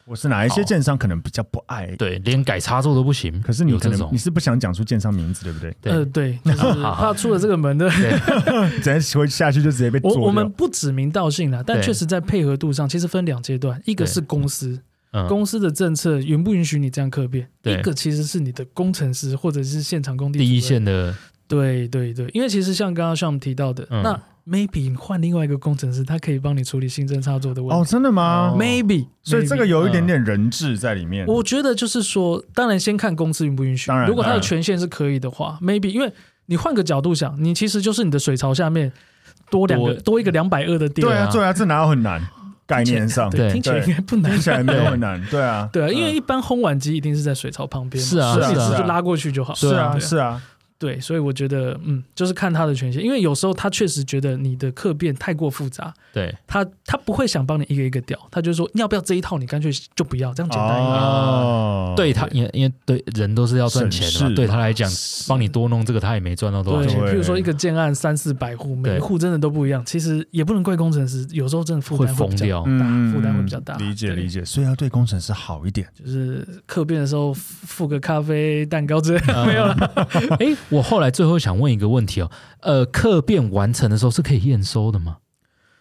[SPEAKER 1] 我是哪一些
[SPEAKER 2] 好
[SPEAKER 1] 建商可能比较不爱？
[SPEAKER 2] 对，连改插座都不行。
[SPEAKER 1] 可是你
[SPEAKER 2] 有
[SPEAKER 1] 可
[SPEAKER 2] 这
[SPEAKER 1] 能
[SPEAKER 2] 种
[SPEAKER 1] 你，是不想讲出建商名字，对不对？
[SPEAKER 2] 对
[SPEAKER 3] *laughs* 呃，对，就是
[SPEAKER 2] 好好
[SPEAKER 3] 怕出了这个门的。
[SPEAKER 1] 直接回下去就直接被
[SPEAKER 3] 我我
[SPEAKER 1] *laughs* 做
[SPEAKER 3] 们
[SPEAKER 1] 掉。
[SPEAKER 3] 不指名道姓啦，但
[SPEAKER 2] 对
[SPEAKER 3] 确实在配合度上，其实分两阶段，一个
[SPEAKER 2] 对
[SPEAKER 3] 是公司，
[SPEAKER 2] 嗯
[SPEAKER 3] 公司的政策允不允许你这样客变；
[SPEAKER 2] 对
[SPEAKER 3] 一个其实是你的工程师或者是现场工地
[SPEAKER 2] 第一
[SPEAKER 3] 主任。
[SPEAKER 2] 线的，
[SPEAKER 3] 对对对，因为其实像刚刚像提到的，
[SPEAKER 2] 嗯
[SPEAKER 3] 那 maybe 你换另外一个工程师，他可以帮你处理新增插座的问
[SPEAKER 1] 哦，
[SPEAKER 3] 题。
[SPEAKER 1] 真的吗？
[SPEAKER 2] 哦
[SPEAKER 3] maybe，
[SPEAKER 1] 所以这个
[SPEAKER 3] maybe
[SPEAKER 1] 有一点点人质在里面。
[SPEAKER 3] 我觉得就是说，当然先看公司允不允许
[SPEAKER 1] 当。然
[SPEAKER 3] 如果他
[SPEAKER 1] 当
[SPEAKER 3] 的
[SPEAKER 1] 然
[SPEAKER 3] 权限是可以的话，maybe，因为你换个角度想，你其实就是你的水槽下面多两个
[SPEAKER 2] 多
[SPEAKER 3] 多一个两百二的地
[SPEAKER 1] 对
[SPEAKER 3] 儿，
[SPEAKER 1] 啊，对啊，这哪有很难？概念上，
[SPEAKER 2] 对
[SPEAKER 3] 听起来
[SPEAKER 1] 对
[SPEAKER 3] 应该不难
[SPEAKER 1] 听。起来没有很难。对啊，
[SPEAKER 3] 对啊，因为一般烘碗机一定是在水槽旁边嘛，
[SPEAKER 2] 是啊
[SPEAKER 3] 所以你
[SPEAKER 1] 是啊
[SPEAKER 3] 只
[SPEAKER 1] 是
[SPEAKER 3] 是
[SPEAKER 1] 啊
[SPEAKER 3] 拉过去就好。
[SPEAKER 1] 是啊，
[SPEAKER 3] 对
[SPEAKER 1] 是啊，
[SPEAKER 3] 对，所以我觉得，嗯，就是看他的权限，因为有时候他确实觉得你的客变太过复杂，
[SPEAKER 2] 对，
[SPEAKER 1] 哦
[SPEAKER 3] 他他不会想帮你一个一个调，他就说要不要这一套，你干脆就不要，这样简单一点。
[SPEAKER 1] 哦，
[SPEAKER 2] 对他，因为因为对人都是要赚钱的
[SPEAKER 1] 省
[SPEAKER 2] 嘛，
[SPEAKER 1] 事
[SPEAKER 2] 对他来讲，帮你多弄这个他也没赚到多少
[SPEAKER 3] 对
[SPEAKER 2] 钱，，
[SPEAKER 1] 对
[SPEAKER 3] 譬如说一个建案三四百户，每一户真的都不一样，其实也不能怪工程师，有时候真的负
[SPEAKER 2] 会
[SPEAKER 3] 担会
[SPEAKER 2] 疯
[SPEAKER 3] 比较，
[SPEAKER 2] 掉。
[SPEAKER 1] 嗯，嗯
[SPEAKER 3] 负担会比较大
[SPEAKER 1] 理解
[SPEAKER 3] 对
[SPEAKER 1] 理解，所以要对工程师好一点。
[SPEAKER 3] 就是客变的时候付个咖啡、蛋糕之类的。
[SPEAKER 2] 没有了。哎，我后来最后想问一个问题哦，呃，客变完成的时候是可以验收的吗？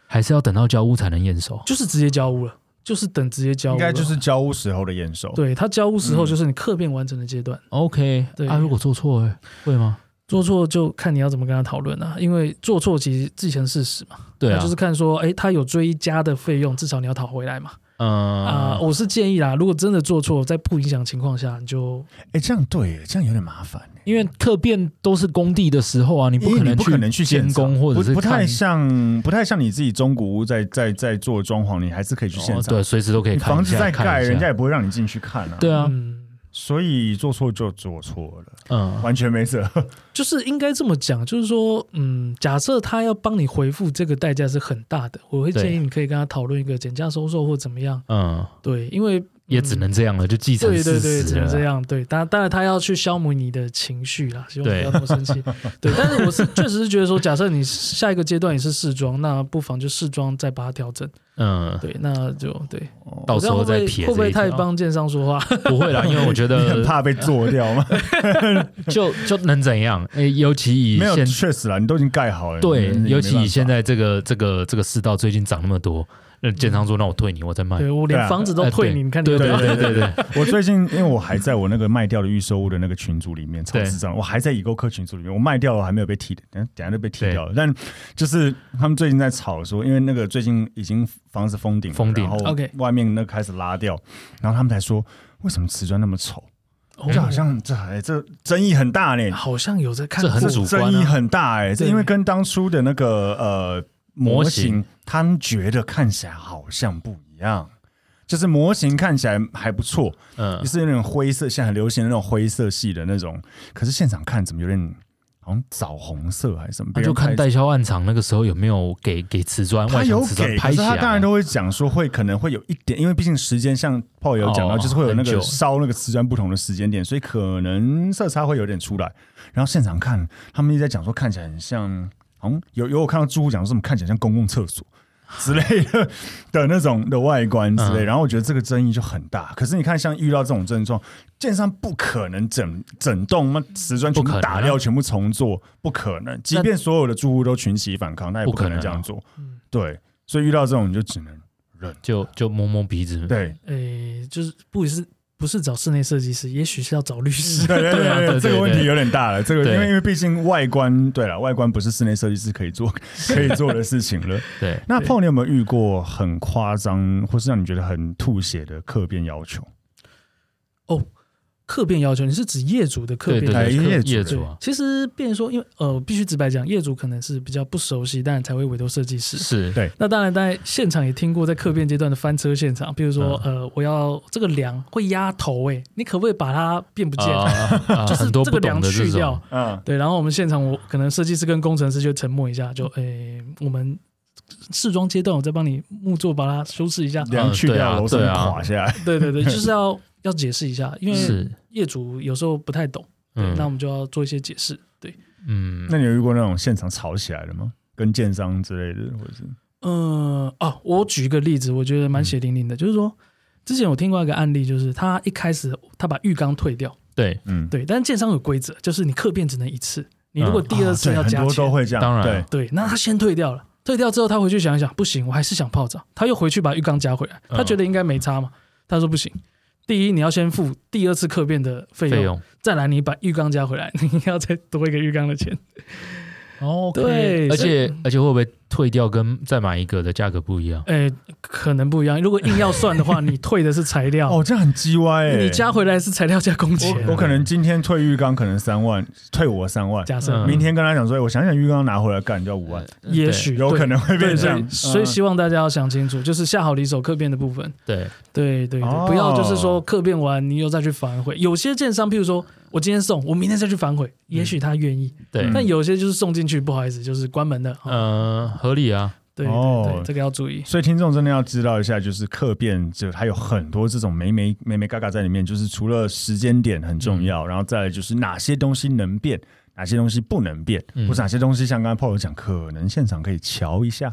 [SPEAKER 2] 还是要等到交屋才能验收？
[SPEAKER 3] 就是直接交屋了，就是等直接交屋
[SPEAKER 1] 应
[SPEAKER 3] 了，
[SPEAKER 1] 该就是交屋时候的验收。
[SPEAKER 3] 对他交屋时候
[SPEAKER 2] 嗯
[SPEAKER 3] 就是你客变完成的阶段，
[SPEAKER 2] OK，
[SPEAKER 3] 对
[SPEAKER 2] 啊，如果做错了会吗？
[SPEAKER 3] 做错就看你要怎么跟他讨论啊，因为做错其实既成事实嘛，
[SPEAKER 2] 对啊，
[SPEAKER 3] 那就是看说，哎，他有追加的费用，至少你要讨回来嘛。啊、
[SPEAKER 2] 嗯，
[SPEAKER 3] 我是建议啦，如果真的做错，在不影响情况下，你就
[SPEAKER 1] 哎，这样对，这样有点麻烦。
[SPEAKER 2] 因为客变都是工地的时候啊，你不可
[SPEAKER 1] 因为
[SPEAKER 2] 能
[SPEAKER 1] 你不可能去
[SPEAKER 2] 监
[SPEAKER 1] 现场
[SPEAKER 2] 工或者
[SPEAKER 1] 不
[SPEAKER 2] 是
[SPEAKER 1] 不太
[SPEAKER 2] 看
[SPEAKER 1] 像，不太像你自己中古屋在在在做装潢，你还是可以去现
[SPEAKER 2] 哦
[SPEAKER 1] 场。
[SPEAKER 2] 对，随时都可以
[SPEAKER 1] 你
[SPEAKER 2] 看一下。
[SPEAKER 1] 房子在
[SPEAKER 2] 看
[SPEAKER 1] 盖，
[SPEAKER 2] 一下
[SPEAKER 1] 人家也不会让你进去看啊。
[SPEAKER 2] 对啊，
[SPEAKER 3] 嗯，
[SPEAKER 1] 所以做错就做错了，
[SPEAKER 2] 嗯，
[SPEAKER 1] 完全没辙。
[SPEAKER 3] 就是应该这么讲，就是说，嗯，假设他要帮你回复，这个代价是很大的。我会
[SPEAKER 2] 对
[SPEAKER 3] 建议你可以跟他讨论一个减价收售或怎么样，
[SPEAKER 2] 嗯，
[SPEAKER 3] 对，因为嗯
[SPEAKER 2] 也只能这样
[SPEAKER 1] 嗯
[SPEAKER 2] 了，就继承
[SPEAKER 3] 对对
[SPEAKER 2] 事
[SPEAKER 3] 对，
[SPEAKER 2] 实
[SPEAKER 3] 只能
[SPEAKER 2] 了
[SPEAKER 3] 这。样。对，当当然他要去消磨你的情绪啦，希望
[SPEAKER 2] 对
[SPEAKER 3] 你不要那么
[SPEAKER 2] *laughs*
[SPEAKER 3] 生气。对，但是我是确实是觉得说，假设你下一个阶段也是试装，那不妨就试装再把它
[SPEAKER 2] *laughs*
[SPEAKER 3] 调整。
[SPEAKER 2] 嗯，
[SPEAKER 3] 对，那就对。
[SPEAKER 2] 到时候再撇
[SPEAKER 3] 我这样会不会会不会
[SPEAKER 2] 这一
[SPEAKER 3] 太
[SPEAKER 2] 条
[SPEAKER 3] 帮建商说
[SPEAKER 2] *laughs*
[SPEAKER 3] 话？
[SPEAKER 2] 不会啦，因为我觉
[SPEAKER 1] *laughs* 你很
[SPEAKER 2] 得
[SPEAKER 1] 怕被做掉吗？
[SPEAKER 2] 就就能怎样？诶，尤其以
[SPEAKER 1] 没有，
[SPEAKER 2] 现
[SPEAKER 1] 确实啦，你都已经盖好了。
[SPEAKER 2] 对
[SPEAKER 1] 你，
[SPEAKER 2] 尤其以现，
[SPEAKER 1] 你
[SPEAKER 2] 在这个这个这个世道，最近涨那么多，那建商说那我退你，我再卖。
[SPEAKER 3] 对我
[SPEAKER 1] 嗯对
[SPEAKER 3] 连
[SPEAKER 1] 啊
[SPEAKER 3] 房子都
[SPEAKER 2] 哎
[SPEAKER 3] 退
[SPEAKER 2] 对
[SPEAKER 3] 你，你看你
[SPEAKER 2] 对
[SPEAKER 3] 要不
[SPEAKER 2] 对
[SPEAKER 3] 要
[SPEAKER 2] 对对对，
[SPEAKER 1] 没办 *laughs* 法我最近因为我还在我那个卖掉的预售屋的那个群组里面，超
[SPEAKER 2] 对
[SPEAKER 1] 智障，我还在已购客群组里面，我卖掉了还没有被踢的，等下等下就被踢
[SPEAKER 2] 对
[SPEAKER 1] 掉了。但就是他们最近在吵说，因为那个最近已经房子封顶了，
[SPEAKER 2] 封顶
[SPEAKER 1] 然后
[SPEAKER 3] OK
[SPEAKER 1] 外面那开始拉掉，然后他们才说为什么瓷砖那么丑？
[SPEAKER 3] 哦
[SPEAKER 1] 这好像这还这争议很大呢、
[SPEAKER 3] 好像有在看
[SPEAKER 2] 这
[SPEAKER 3] 过，
[SPEAKER 2] 很
[SPEAKER 1] 这
[SPEAKER 2] 主观啊
[SPEAKER 1] 争议很大哎、这
[SPEAKER 3] 对
[SPEAKER 1] 因为跟当初的那个呃模
[SPEAKER 2] 模
[SPEAKER 1] 型，
[SPEAKER 2] 型
[SPEAKER 1] 他们觉得看起来好像不一样。就是模型看起来还不错，
[SPEAKER 2] 嗯
[SPEAKER 1] 就，是那种灰色，现在很流行的那种灰色系的那种。可是现场看怎么有点好像枣红色还是什么？
[SPEAKER 2] 那就看代销暗场那个时候有没有给给瓷砖
[SPEAKER 1] 他
[SPEAKER 2] 外
[SPEAKER 1] 有
[SPEAKER 2] 墙瓷砖
[SPEAKER 1] 给，可
[SPEAKER 2] 拍
[SPEAKER 1] 是
[SPEAKER 2] 起来
[SPEAKER 1] 他
[SPEAKER 2] 啊。
[SPEAKER 1] 当然都会讲说会可能会有一点，因为毕竟时间像炮友讲到，
[SPEAKER 2] 哦
[SPEAKER 1] 就是会有那
[SPEAKER 2] 很
[SPEAKER 1] 个
[SPEAKER 2] 久
[SPEAKER 1] 烧那个瓷砖不同的时间点，所以可能色差会有点出来。然后现场看，他们一直在讲说看起来很像，好像有有我看到住户讲说怎么看起来像公共厕
[SPEAKER 2] *laughs*
[SPEAKER 1] 所。之类的的那种的外观之类，
[SPEAKER 2] 嗯
[SPEAKER 1] 然后我觉得这个争议就很大。可是你看，像遇到这种症状，建商不可能整整栋那瓷砖全
[SPEAKER 2] 不
[SPEAKER 1] 部
[SPEAKER 2] 可能啊
[SPEAKER 1] 打掉，全部重做，不可能。即便所有的住户都群起反抗，他也不
[SPEAKER 2] 不可
[SPEAKER 1] 可能
[SPEAKER 2] 能
[SPEAKER 1] 这样
[SPEAKER 2] 啊
[SPEAKER 1] 做。
[SPEAKER 3] 嗯
[SPEAKER 1] 对，所以遇到这种你就只能
[SPEAKER 2] 就就摸摸鼻子，
[SPEAKER 1] 对
[SPEAKER 3] 诶，就是不是不是找室内设计师，也许是要找律师。
[SPEAKER 1] 对对
[SPEAKER 2] 对啊
[SPEAKER 1] 对
[SPEAKER 2] 对
[SPEAKER 1] 对，
[SPEAKER 2] 对
[SPEAKER 1] 这个问题有点大了。这个
[SPEAKER 2] 对
[SPEAKER 1] 因为因为毕竟外观，对了，外观不是室内设计师可以做 *laughs* 可以做的事情了。
[SPEAKER 2] 对，
[SPEAKER 1] 那 Paul，你有没有遇过很夸张，或是让你觉得很吐血的客变要求？
[SPEAKER 3] 客哦变要求，你是指业主的客
[SPEAKER 2] 对
[SPEAKER 3] 变
[SPEAKER 2] 对
[SPEAKER 3] 要求？
[SPEAKER 1] 哎
[SPEAKER 2] 对，
[SPEAKER 1] 业
[SPEAKER 2] 业
[SPEAKER 1] 主
[SPEAKER 2] 业
[SPEAKER 3] 对
[SPEAKER 2] 主啊，
[SPEAKER 3] 其实变成说，因为呃，必须直白讲，业主可能是比较不熟悉，当然才会委托设计师。
[SPEAKER 2] 是
[SPEAKER 1] 对
[SPEAKER 3] 那当然，在现场也听过，在客变阶段的翻车现场，比如说、
[SPEAKER 2] 嗯
[SPEAKER 3] 呃，我要这个梁会压头、欸，你可不可以把它变不见？
[SPEAKER 2] 啊，啊
[SPEAKER 3] 就是
[SPEAKER 2] 很多
[SPEAKER 3] 这个
[SPEAKER 2] 不懂
[SPEAKER 3] 梁
[SPEAKER 2] 的这
[SPEAKER 3] 去
[SPEAKER 2] 种
[SPEAKER 3] 掉，，
[SPEAKER 1] 嗯，
[SPEAKER 3] 对，然后我们现场我可能设计师跟工程师就沉默一下，就诶、我们试装阶段我再帮你木作把它修饰一下。
[SPEAKER 1] 梁去
[SPEAKER 2] 对啊
[SPEAKER 1] 掉，楼层
[SPEAKER 2] 对啊
[SPEAKER 1] 垮下来，
[SPEAKER 3] 对对对，就是要要解释一下，因为
[SPEAKER 2] 是
[SPEAKER 3] 业主有时候不太懂，对
[SPEAKER 2] 嗯
[SPEAKER 3] 那我们就要做一些解释。对，
[SPEAKER 2] 嗯
[SPEAKER 1] 那你有遇过那种现场吵起来的吗？跟建商之类的，或者是
[SPEAKER 3] 嗯、啊，我举一个例子，我觉
[SPEAKER 2] 嗯
[SPEAKER 3] 得蛮血淋淋的，就是说之前我听过一个案例，就是他一开始他把浴缸退掉，
[SPEAKER 2] 对，
[SPEAKER 1] 嗯，
[SPEAKER 3] 对，但是建商有规则，就是你客变只能一次，你如果
[SPEAKER 2] 嗯
[SPEAKER 3] 第二次
[SPEAKER 1] 哦对
[SPEAKER 3] 要
[SPEAKER 1] 很
[SPEAKER 3] 加
[SPEAKER 1] 多
[SPEAKER 3] 钱，
[SPEAKER 1] 都会这样，
[SPEAKER 2] 当然
[SPEAKER 1] 对
[SPEAKER 3] 对，那他先退掉了，退掉之后他回去想一想，不行，我还是想泡澡，他又回去把浴缸加回来，他
[SPEAKER 2] 嗯
[SPEAKER 3] 觉得应该没差嘛，他说不行。第一，你要先付第二次客变的费用，
[SPEAKER 2] 费用
[SPEAKER 3] 再来你把浴缸加回来，你要再多一个浴缸的钱。
[SPEAKER 2] 哦
[SPEAKER 3] 对
[SPEAKER 2] 而
[SPEAKER 3] 所以
[SPEAKER 2] 且而且会不会退掉跟再买一个的价格不一样？
[SPEAKER 3] *laughs* 哎，可能不一样。如果硬要算的话，你退的是材料，
[SPEAKER 1] *laughs* 哦，这样很鸡歪哎。
[SPEAKER 3] 你加回来是材料加工钱。
[SPEAKER 1] 我可能今天退浴缸可能三万，退我三万，
[SPEAKER 3] *laughs* 假设、
[SPEAKER 2] 嗯
[SPEAKER 1] 明天跟他讲说，哎我想想浴缸拿回来干掉五万，
[SPEAKER 3] 也许
[SPEAKER 1] 有可能会
[SPEAKER 3] 对
[SPEAKER 1] 变
[SPEAKER 3] 对
[SPEAKER 1] 这样
[SPEAKER 3] 对，，所以
[SPEAKER 1] 嗯
[SPEAKER 3] 希望大家要想清楚，就是下好离手客变的部分。
[SPEAKER 2] 对，
[SPEAKER 3] 对对对，
[SPEAKER 1] 哦
[SPEAKER 3] 不要就是说客变完你又再去反悔。有些建商，譬如说我今天送，我明天再去反悔，也许他愿意。
[SPEAKER 1] 嗯
[SPEAKER 2] 对，
[SPEAKER 3] 但有些就是送进去，不好意思，就是关门的。哦
[SPEAKER 2] 嗯呃，合理啊，
[SPEAKER 3] 对对
[SPEAKER 1] 哦
[SPEAKER 3] 对，这个要注意。
[SPEAKER 1] 所以听众真的要知道一下，就是客变，就它有很多这种美美美美嘎嘎在里面。就是除了时间点很重要，
[SPEAKER 3] 嗯
[SPEAKER 1] 然后再来就是哪些东西能变，哪些东西不能变，
[SPEAKER 2] 嗯
[SPEAKER 1] 或者哪些东西像刚才 Paul 讲，可能现场可以瞧一下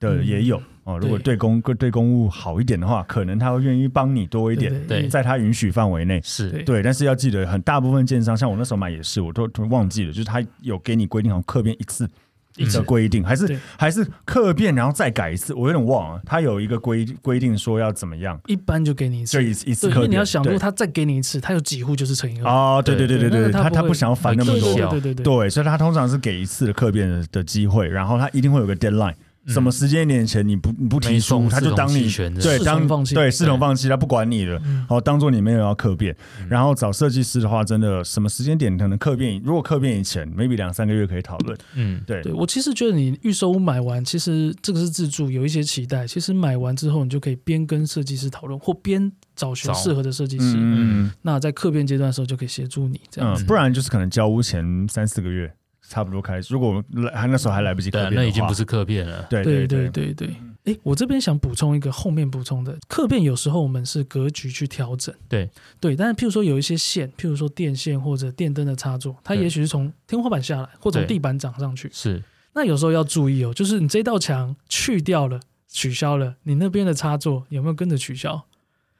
[SPEAKER 1] 的
[SPEAKER 3] 嗯
[SPEAKER 1] 也有哦。如果
[SPEAKER 3] 对
[SPEAKER 1] 对公对公务好一点的话，可能他会愿意帮你多一点，
[SPEAKER 3] 对
[SPEAKER 2] 对
[SPEAKER 1] 在他允许范围内。
[SPEAKER 2] 是
[SPEAKER 3] 对
[SPEAKER 1] 对，但是要记得，很大部分建商，像我那时候买也是，我都都忘记了，就是他有给你规定，好像客变一次
[SPEAKER 2] 一次
[SPEAKER 1] 的规定，还是
[SPEAKER 3] 对
[SPEAKER 1] 还是客变然后再改一次，我有点忘了，他有一个规规定说要怎么样，
[SPEAKER 3] 一般就给你一次
[SPEAKER 1] 就，一次一次
[SPEAKER 3] 对，
[SPEAKER 1] 客
[SPEAKER 3] 因为
[SPEAKER 1] 变。
[SPEAKER 3] 你要想，如果
[SPEAKER 1] 对
[SPEAKER 3] 他再给你一次，他有几户就是乘以二。
[SPEAKER 1] 哦，对对对对
[SPEAKER 3] 对
[SPEAKER 1] 对，
[SPEAKER 3] 那
[SPEAKER 1] 他
[SPEAKER 3] 他不
[SPEAKER 1] 他不
[SPEAKER 3] 会
[SPEAKER 1] 想要烦那么
[SPEAKER 3] 对对
[SPEAKER 1] 多，
[SPEAKER 3] 对对对对，
[SPEAKER 1] 对，所以他通常是给一次的客变的的机会，然后他一定会有个 deadline，、
[SPEAKER 2] 嗯
[SPEAKER 1] 什么时间点前你不你不提
[SPEAKER 2] 没错
[SPEAKER 1] 出，他就当你
[SPEAKER 2] 视同弃权的
[SPEAKER 1] 对
[SPEAKER 3] 视
[SPEAKER 1] 当
[SPEAKER 3] 同放弃
[SPEAKER 1] 对视同放弃，他不管你了，哦，当做你没有要客变。然后找设计师的话，真的什么时间点可能客变，如果客变以前，maybe 两三个月可以讨论。
[SPEAKER 2] 嗯，
[SPEAKER 1] 对
[SPEAKER 3] 对我其实觉得你预售屋买完，其实这个是自住，有一些期待。其实买完之后，你就可以边跟设计师讨论，或边找寻
[SPEAKER 2] 找
[SPEAKER 3] 适合的设计师。
[SPEAKER 1] 嗯嗯嗯
[SPEAKER 3] 那在客变阶段的时候，就可以协助你这样
[SPEAKER 1] 嗯
[SPEAKER 3] 子。
[SPEAKER 1] 不然就是可能交屋前三四个月。差不多开始。如果我们来，还那时候还来不及
[SPEAKER 2] 对
[SPEAKER 1] 刻
[SPEAKER 2] 啊，
[SPEAKER 1] 变，
[SPEAKER 2] 那已经不，是客片了。
[SPEAKER 1] 对
[SPEAKER 3] 对
[SPEAKER 1] 对
[SPEAKER 3] 对，对对。哎、我这边想补充一个后面补充的客变，有时候我们是格局去调整，
[SPEAKER 2] 对
[SPEAKER 3] 对。但是譬如说有一些线，譬如说电线或者电灯的插座，它
[SPEAKER 2] 对
[SPEAKER 3] 也许是从天花板下来，或从
[SPEAKER 2] 对
[SPEAKER 3] 地板长上去。
[SPEAKER 2] 是
[SPEAKER 3] 那有时候要注意哦，就是你这道墙去掉了。取消了，你那边的插座有没有跟着取消？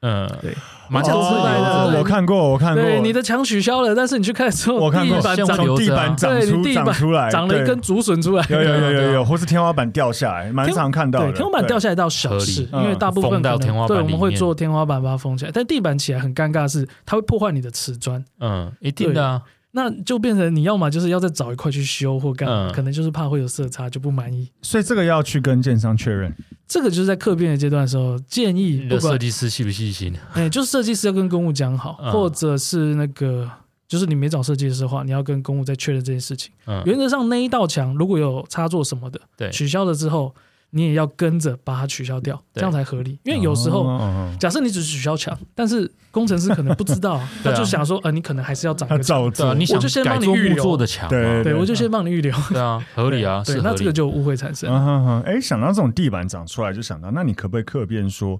[SPEAKER 2] 嗯，
[SPEAKER 3] 对，
[SPEAKER 2] 蛮
[SPEAKER 3] 讲
[SPEAKER 2] 常
[SPEAKER 3] 出
[SPEAKER 2] 是
[SPEAKER 3] 来
[SPEAKER 2] 有
[SPEAKER 3] 的
[SPEAKER 1] 哦
[SPEAKER 2] 的啊
[SPEAKER 1] 我看过，我看过，
[SPEAKER 3] 对，你的墙取消了，但是你去看之后，
[SPEAKER 1] 我看过
[SPEAKER 3] 地板
[SPEAKER 2] 像
[SPEAKER 3] 长
[SPEAKER 1] 从地板长
[SPEAKER 3] 对
[SPEAKER 1] 出
[SPEAKER 3] 你地板
[SPEAKER 1] 长出来，
[SPEAKER 3] 长了一
[SPEAKER 1] 对
[SPEAKER 3] 根竹笋出来。
[SPEAKER 1] 有有有有
[SPEAKER 2] 对
[SPEAKER 1] 有，或是天花板掉下来，蛮
[SPEAKER 3] 啊天
[SPEAKER 1] 常看到的。
[SPEAKER 3] 对，天花板掉下来倒小事，
[SPEAKER 1] 合理
[SPEAKER 3] 因为大部分
[SPEAKER 2] 嗯
[SPEAKER 3] 可
[SPEAKER 2] 缝到
[SPEAKER 3] 能
[SPEAKER 2] 天花板
[SPEAKER 3] 对我们
[SPEAKER 2] 里
[SPEAKER 3] 会
[SPEAKER 2] 面
[SPEAKER 3] 做天花板把它封起来，但地板起来很尴尬的是，它会破坏你的瓷砖，
[SPEAKER 2] 嗯，一定的啊，
[SPEAKER 3] 那就变成你要么就是要再找一块去修或干嘛，
[SPEAKER 2] 嗯
[SPEAKER 3] 可能就是怕会有色差就不满意。
[SPEAKER 1] 所以这个要去跟建商确认。
[SPEAKER 3] 这个就是在客变的阶段的时候，建议
[SPEAKER 2] 你
[SPEAKER 3] 不
[SPEAKER 2] 的设
[SPEAKER 3] 管
[SPEAKER 2] 计师细不细心？啊 *laughs*
[SPEAKER 3] 哎，就是设计师要跟公务讲好，
[SPEAKER 2] 嗯
[SPEAKER 3] 或者是那个就是你没找设计师的话，你要跟公务再确认这件事情。
[SPEAKER 2] 嗯，
[SPEAKER 3] 原则上那一道墙如果有插座什么的，
[SPEAKER 2] 对嗯
[SPEAKER 3] 取消了之后，你也要跟着把它取消掉，
[SPEAKER 2] 对
[SPEAKER 3] 这样才合理。因为有时候。
[SPEAKER 1] 哦哦
[SPEAKER 3] 假设你只是取消墙，但是工程师可能不知道啊，他
[SPEAKER 2] *laughs* 对啊
[SPEAKER 3] 就想说，呃，你可能还是要长
[SPEAKER 1] 哦
[SPEAKER 3] 一个
[SPEAKER 1] 要
[SPEAKER 3] 墙。
[SPEAKER 1] 照
[SPEAKER 2] 对啊，
[SPEAKER 1] 做，
[SPEAKER 2] 你想
[SPEAKER 3] 我就先
[SPEAKER 2] 改
[SPEAKER 3] 帮你
[SPEAKER 2] 做
[SPEAKER 3] 预
[SPEAKER 2] 木
[SPEAKER 3] 留
[SPEAKER 2] 做的墙
[SPEAKER 1] 对
[SPEAKER 2] 嘛，
[SPEAKER 3] 对，我就先帮你预留。
[SPEAKER 2] 对啊，合理啊，
[SPEAKER 3] 对
[SPEAKER 2] 是，
[SPEAKER 3] 那
[SPEAKER 2] 合
[SPEAKER 3] 这个
[SPEAKER 2] 理。
[SPEAKER 3] 就误会产生。
[SPEAKER 1] 嗯哼哼，哎，想到这种地板长出来，就想到，那你可不可以客变说，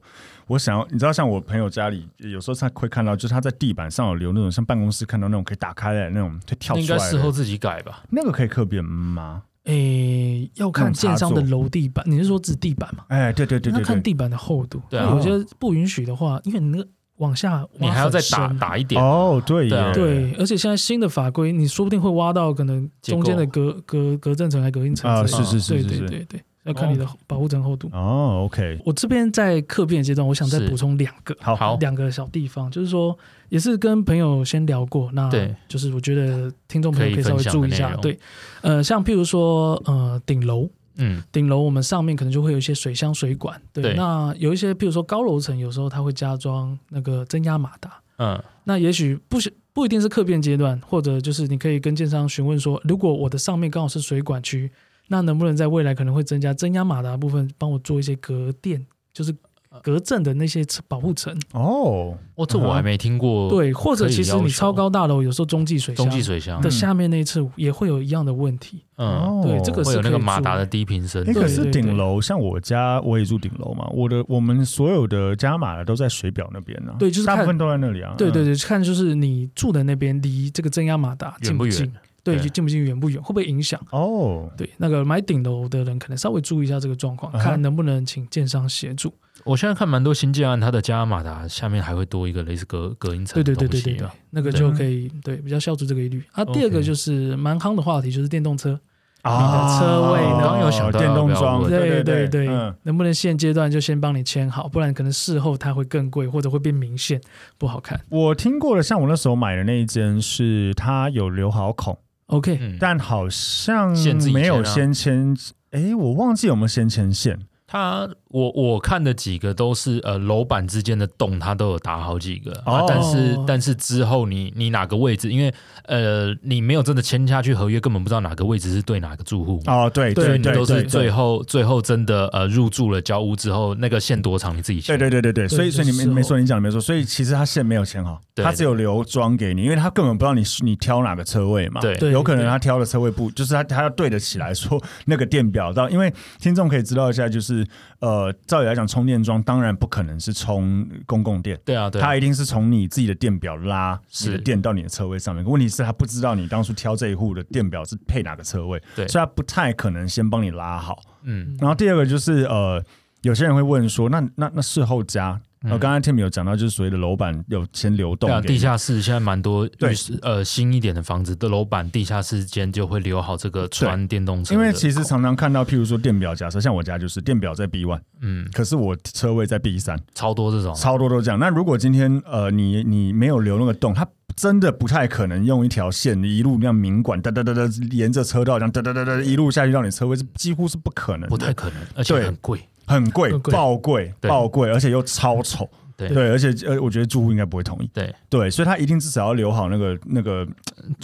[SPEAKER 1] 我想要，你知道，像我朋友家里有时候他会看到，就是他在地板上有留那种，像办公室看到那种可以打开来的那种，会跳
[SPEAKER 2] 那应
[SPEAKER 1] 出来
[SPEAKER 2] 该
[SPEAKER 1] 的
[SPEAKER 2] 事后自己改吧？
[SPEAKER 1] 那个可以客变吗？
[SPEAKER 3] 诶，哎要看建商的
[SPEAKER 1] 那
[SPEAKER 3] 楼地板，你是说指地板嘛？
[SPEAKER 1] 哎，对对对
[SPEAKER 3] 那
[SPEAKER 1] 对
[SPEAKER 3] 看
[SPEAKER 1] 对，
[SPEAKER 3] 地板的厚度。
[SPEAKER 2] 对
[SPEAKER 3] 那
[SPEAKER 2] 啊
[SPEAKER 3] 有些不允许的话，因为你那个往下挖
[SPEAKER 2] 你还要再
[SPEAKER 3] 很深
[SPEAKER 2] 打。打一点，
[SPEAKER 1] 哦，对
[SPEAKER 2] 对啊
[SPEAKER 1] 耶，
[SPEAKER 3] 对，而且现在新的法规，你说不定会挖到可能中间的隔隔隔震层还隔音层
[SPEAKER 1] 啊，
[SPEAKER 3] 之
[SPEAKER 1] 是
[SPEAKER 3] 类的
[SPEAKER 1] 是是
[SPEAKER 3] 对
[SPEAKER 1] 是
[SPEAKER 3] 对
[SPEAKER 1] 是，
[SPEAKER 3] 对对，要看你的保护层厚度。
[SPEAKER 1] 哦，OK，
[SPEAKER 3] 我这边在客变的阶段，我想再
[SPEAKER 2] 是
[SPEAKER 3] 补充两个。
[SPEAKER 1] 好，
[SPEAKER 2] 好
[SPEAKER 3] 两个小地方，就是说也是跟朋友先聊过，那
[SPEAKER 2] 对
[SPEAKER 3] 就是我觉得听众朋友
[SPEAKER 2] 可以
[SPEAKER 3] 可以稍微
[SPEAKER 2] 分享
[SPEAKER 3] 注
[SPEAKER 2] 的
[SPEAKER 3] 意一
[SPEAKER 2] 内
[SPEAKER 3] 下，
[SPEAKER 2] 容
[SPEAKER 3] 对，呃，像譬如说呃顶楼，
[SPEAKER 2] 嗯，
[SPEAKER 3] 顶楼我们上面可能就会有一些水箱、水管，对，
[SPEAKER 2] 对
[SPEAKER 3] 那有一些譬如说高楼层，有时候它会加装那个增压马达，
[SPEAKER 2] 嗯，
[SPEAKER 3] 那也许不是不一定是客变阶段，或者就是你可以跟建商询问说，如果我的上面刚好是水管区，那能不能在未来可能会增加增压马达的部分，帮我做一些隔电，就是隔震的那些保护层。
[SPEAKER 1] 哦，
[SPEAKER 2] 哦，这我还没听过。，
[SPEAKER 3] 对，或者
[SPEAKER 2] 可以
[SPEAKER 3] 其实
[SPEAKER 2] 要
[SPEAKER 3] 你
[SPEAKER 2] 求
[SPEAKER 3] 超高大楼有时候中继水箱
[SPEAKER 2] 中继水箱
[SPEAKER 3] 的，下面那一次也会有一样的问题。
[SPEAKER 2] 嗯，
[SPEAKER 3] 对这个
[SPEAKER 2] 会有那
[SPEAKER 3] 是可
[SPEAKER 2] 个
[SPEAKER 3] 以
[SPEAKER 2] 马达
[SPEAKER 3] 做
[SPEAKER 2] 的低频声
[SPEAKER 1] 哎、，可
[SPEAKER 3] 对
[SPEAKER 1] 是
[SPEAKER 3] 对
[SPEAKER 1] 顶
[SPEAKER 3] 对
[SPEAKER 1] 楼，像我家我也住顶楼嘛，我的我们所有的加码的都在水表那边呢、
[SPEAKER 3] 对就是
[SPEAKER 1] 大部
[SPEAKER 3] 看
[SPEAKER 1] 分都在那里啊。
[SPEAKER 3] 对对
[SPEAKER 1] 嗯，
[SPEAKER 3] 对，看就是你住的那边离这个增压马达近
[SPEAKER 2] 远不
[SPEAKER 3] 不
[SPEAKER 2] 远
[SPEAKER 3] 近，对，
[SPEAKER 2] 对
[SPEAKER 3] 近不近远不远，会不会影响？
[SPEAKER 1] 哦，
[SPEAKER 3] 对，那个买顶楼的人可能稍微注意一下这个状况，
[SPEAKER 1] 啊哈
[SPEAKER 3] 看能不能请建商协助。
[SPEAKER 2] 我现在看蛮多新建案，它的加马达下面还会多一个类似隔隔音层
[SPEAKER 3] 对
[SPEAKER 2] 的东
[SPEAKER 3] 对对对对
[SPEAKER 2] 西啊
[SPEAKER 3] 对
[SPEAKER 2] 嘛。，
[SPEAKER 3] 那个
[SPEAKER 2] 对
[SPEAKER 3] 就可以对比较消除这个疑虑。啊，第二
[SPEAKER 2] OK
[SPEAKER 3] 个就是蛮夯的话题，就是电动车，
[SPEAKER 1] 啊，
[SPEAKER 3] 车位呢
[SPEAKER 1] 我刚刚有想到
[SPEAKER 2] 电
[SPEAKER 1] 电
[SPEAKER 2] 动
[SPEAKER 1] 动
[SPEAKER 2] 装
[SPEAKER 1] 装，
[SPEAKER 3] 对
[SPEAKER 1] 对
[SPEAKER 3] 对，
[SPEAKER 1] 嗯，
[SPEAKER 3] 能不能现阶段就先帮你签好，不然可能事后它会更贵，或者会变明显不好看。
[SPEAKER 1] 我听过的，像我那时候买的那一间是它有留好孔，
[SPEAKER 3] OK，
[SPEAKER 2] 嗯，
[SPEAKER 1] 但好像
[SPEAKER 2] 限制以前啊
[SPEAKER 1] 没有先签，哎、我忘记有没有先牵线。
[SPEAKER 2] 它我我看的几个都是呃楼板之间的洞，它都有打好几个。啊
[SPEAKER 1] 哦
[SPEAKER 2] 但是但是之后你你哪个位置，因为呃你没有真的签下去合约，根本不知道哪个位置是对哪个住户嘛。
[SPEAKER 1] 哦，对
[SPEAKER 3] 对
[SPEAKER 1] 对
[SPEAKER 2] 你都
[SPEAKER 1] 对
[SPEAKER 2] 是
[SPEAKER 1] 对，
[SPEAKER 2] 最
[SPEAKER 1] 后。
[SPEAKER 2] 后最后真的呃入住了交屋之后，那个线多长你自己
[SPEAKER 1] 对
[SPEAKER 2] 签。
[SPEAKER 1] 对对对对，所以
[SPEAKER 3] 对
[SPEAKER 1] 所以你
[SPEAKER 3] 就是
[SPEAKER 1] 没没错，你讲的没错，所以其实他线没有签好，
[SPEAKER 2] 对
[SPEAKER 1] 他只有留装给你，因为他根本不知道你你挑哪个车位嘛。
[SPEAKER 2] 对
[SPEAKER 3] 对
[SPEAKER 1] 有可能他挑的车位不，就是他他要对得起来说那个电表到，因为听众可以知道一下，就是呃，照理来讲，充电桩当然不可能是充公共电。
[SPEAKER 2] 对啊对啊
[SPEAKER 1] 它一定是从你自己的电表拉
[SPEAKER 2] 是
[SPEAKER 1] 你的电到你的车位上面，问题是他不知道你当初挑这一户的电表是配哪个车位，
[SPEAKER 2] 对
[SPEAKER 1] 所以他不太可能先帮你拉好。
[SPEAKER 2] 嗯
[SPEAKER 1] 然后第二个就是呃，有些人会问说，那那那事后加，呃，刚才 Tim 有讲到，就是所谓的楼板有先流动
[SPEAKER 2] 嗯对啊，
[SPEAKER 1] 给
[SPEAKER 2] 地
[SPEAKER 1] 你
[SPEAKER 2] 下室现在蛮多，
[SPEAKER 1] 对
[SPEAKER 2] 浴室呃新一点的房子的楼板地下室间就会留好这个穿电动车
[SPEAKER 1] 因
[SPEAKER 2] 的口，
[SPEAKER 1] 为其实常常看到，譬如说电表，假设像我家就是电表在 B one，
[SPEAKER 2] 嗯
[SPEAKER 1] 可是我车位在 B 三，
[SPEAKER 2] 超多这种，
[SPEAKER 1] 超多都这样。那如果今天呃你你没有留那个洞，它真的不太可能用一条线一路那样明管哒哒哒哒沿着车道这样哒哒哒哒一路下去到你车位，是几乎是不可能
[SPEAKER 2] 不
[SPEAKER 1] 的，
[SPEAKER 2] 太可能，而且
[SPEAKER 1] 对
[SPEAKER 2] 很贵。
[SPEAKER 1] 很贵
[SPEAKER 3] 很，贵
[SPEAKER 1] 爆贵，
[SPEAKER 2] 对
[SPEAKER 1] 爆贵，而且又超丑。
[SPEAKER 2] *laughs* 对
[SPEAKER 1] 对，而且呃，我觉得住户应该不会同意。
[SPEAKER 2] 对
[SPEAKER 1] 对，所以他一定至少要留好那个那个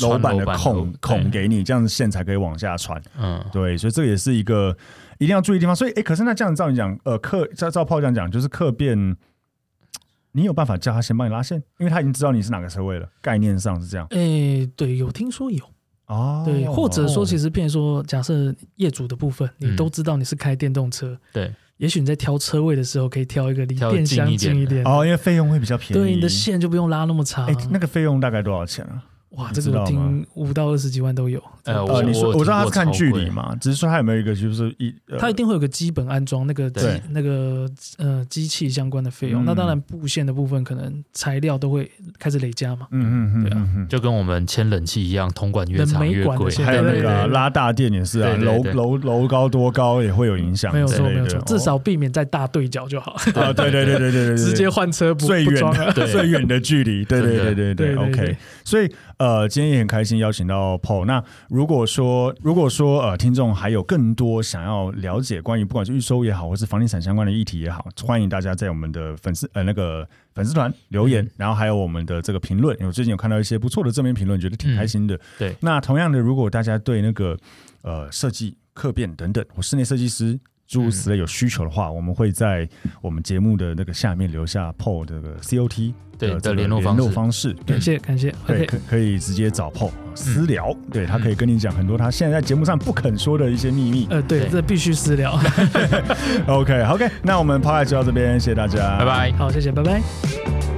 [SPEAKER 1] 楼
[SPEAKER 2] 穿
[SPEAKER 1] 板
[SPEAKER 2] 楼
[SPEAKER 1] 的
[SPEAKER 2] 板
[SPEAKER 1] 孔
[SPEAKER 2] 路
[SPEAKER 1] 孔
[SPEAKER 2] 对
[SPEAKER 1] 给你，这样子线才可以往下穿。
[SPEAKER 2] 嗯，
[SPEAKER 1] 对，所以这个也是一个一定要注意的地方。所以，哎，可是那这样照你讲，呃，客照照炮这样讲，就是客变，你有办法叫他先帮你拉线，因为他已经知道你是哪个车位了。概念上是这样
[SPEAKER 3] 诶，对，有听说有，
[SPEAKER 1] 哦，
[SPEAKER 3] 对，或者说，其
[SPEAKER 1] 实
[SPEAKER 3] 实譬如说，假设业主的部分，你
[SPEAKER 2] 嗯
[SPEAKER 3] 都知道你是开电动车，
[SPEAKER 2] 对，
[SPEAKER 3] 也许你在挑车位的时候，可以挑一个离
[SPEAKER 2] 挑
[SPEAKER 3] 电
[SPEAKER 2] 近
[SPEAKER 3] 箱
[SPEAKER 2] 一点
[SPEAKER 3] 近一
[SPEAKER 2] 的
[SPEAKER 3] 点的，
[SPEAKER 1] 哦，因为费用会比较便宜。
[SPEAKER 3] 对，你的线就不用拉那么长啊
[SPEAKER 1] 哎。，那个费用大概多少钱啊？
[SPEAKER 3] 哇，
[SPEAKER 1] 你
[SPEAKER 3] 这
[SPEAKER 1] 知
[SPEAKER 3] 个我
[SPEAKER 1] 道吗
[SPEAKER 3] 听五到二十几万都有。
[SPEAKER 2] 呃
[SPEAKER 3] 差不
[SPEAKER 2] 我
[SPEAKER 1] 呃，
[SPEAKER 3] 多
[SPEAKER 1] 你说
[SPEAKER 2] 我
[SPEAKER 1] 我知道它是
[SPEAKER 2] 听过
[SPEAKER 1] 看距
[SPEAKER 2] 超贵
[SPEAKER 1] 离嘛，只是说它有没有一个就是一，呃
[SPEAKER 3] 它一定会有个基本安装那个机
[SPEAKER 1] 对
[SPEAKER 3] 那个呃机器相关的费
[SPEAKER 1] 嗯
[SPEAKER 3] 用。那当然布线的部分，可能材料都会开始累加嘛。
[SPEAKER 1] 嗯嗯嗯
[SPEAKER 3] 对啊
[SPEAKER 1] 嗯嗯
[SPEAKER 2] 就跟我们签冷气一样，通管越长越
[SPEAKER 3] 冷媒管
[SPEAKER 2] 贵
[SPEAKER 3] 的。现
[SPEAKER 1] 还
[SPEAKER 3] 在
[SPEAKER 1] 有那
[SPEAKER 3] 对
[SPEAKER 1] 个
[SPEAKER 3] 对
[SPEAKER 1] 啊
[SPEAKER 3] 对
[SPEAKER 1] 拉大电也是啊，
[SPEAKER 2] 对对
[SPEAKER 1] 楼
[SPEAKER 2] 对
[SPEAKER 1] 楼楼高多高也会有影响之
[SPEAKER 3] 没
[SPEAKER 1] 类
[SPEAKER 3] 有
[SPEAKER 1] 的，
[SPEAKER 3] 错，没有错
[SPEAKER 1] 哦，
[SPEAKER 3] 至少避免在大对角就好，
[SPEAKER 1] 啊，对对对对对对，对
[SPEAKER 3] 直接换车不
[SPEAKER 1] 最
[SPEAKER 3] 不
[SPEAKER 1] 远
[SPEAKER 3] 装了。
[SPEAKER 1] 的
[SPEAKER 3] *laughs*
[SPEAKER 2] 对
[SPEAKER 1] 最远的距离，对对对对对
[SPEAKER 3] 对对对
[SPEAKER 1] ，OK。所以呃，今天也很开心邀请到 Paul。那如果说如果说呃，听众还有更多想要了解关于不管是预收也好，或是房地产相关的议题也好，欢迎大家在我们的粉丝呃那个粉丝团留言，然后还有我们的这个评论。因为我最近有看到一些不错的正面评论，觉得挺开心的。
[SPEAKER 2] 对
[SPEAKER 1] 那同样的，如果大家对那个呃设计客变等等，或室内设计师。诸如此类有需求的话，我们会在我们节目的那个下面留下 PO 这个 COT
[SPEAKER 2] 对
[SPEAKER 1] 的
[SPEAKER 2] 的
[SPEAKER 1] 这个
[SPEAKER 2] 联络
[SPEAKER 1] 联
[SPEAKER 2] 方
[SPEAKER 1] 络
[SPEAKER 2] 式嗯
[SPEAKER 1] 方式，对
[SPEAKER 3] 感谢感谢
[SPEAKER 1] 对，
[SPEAKER 3] ，OK，
[SPEAKER 1] 可可以直接找 PO 私聊，
[SPEAKER 2] 嗯
[SPEAKER 1] 对他可以跟你讲很多他现在在节目上不肯说的一些秘密。
[SPEAKER 3] 呃，对，
[SPEAKER 2] 对
[SPEAKER 3] 这必须私聊。
[SPEAKER 1] OK OK，那我们 p o 就到这边，谢谢大家，
[SPEAKER 2] 拜拜。
[SPEAKER 3] 好，谢谢，拜拜。
[SPEAKER 4] 「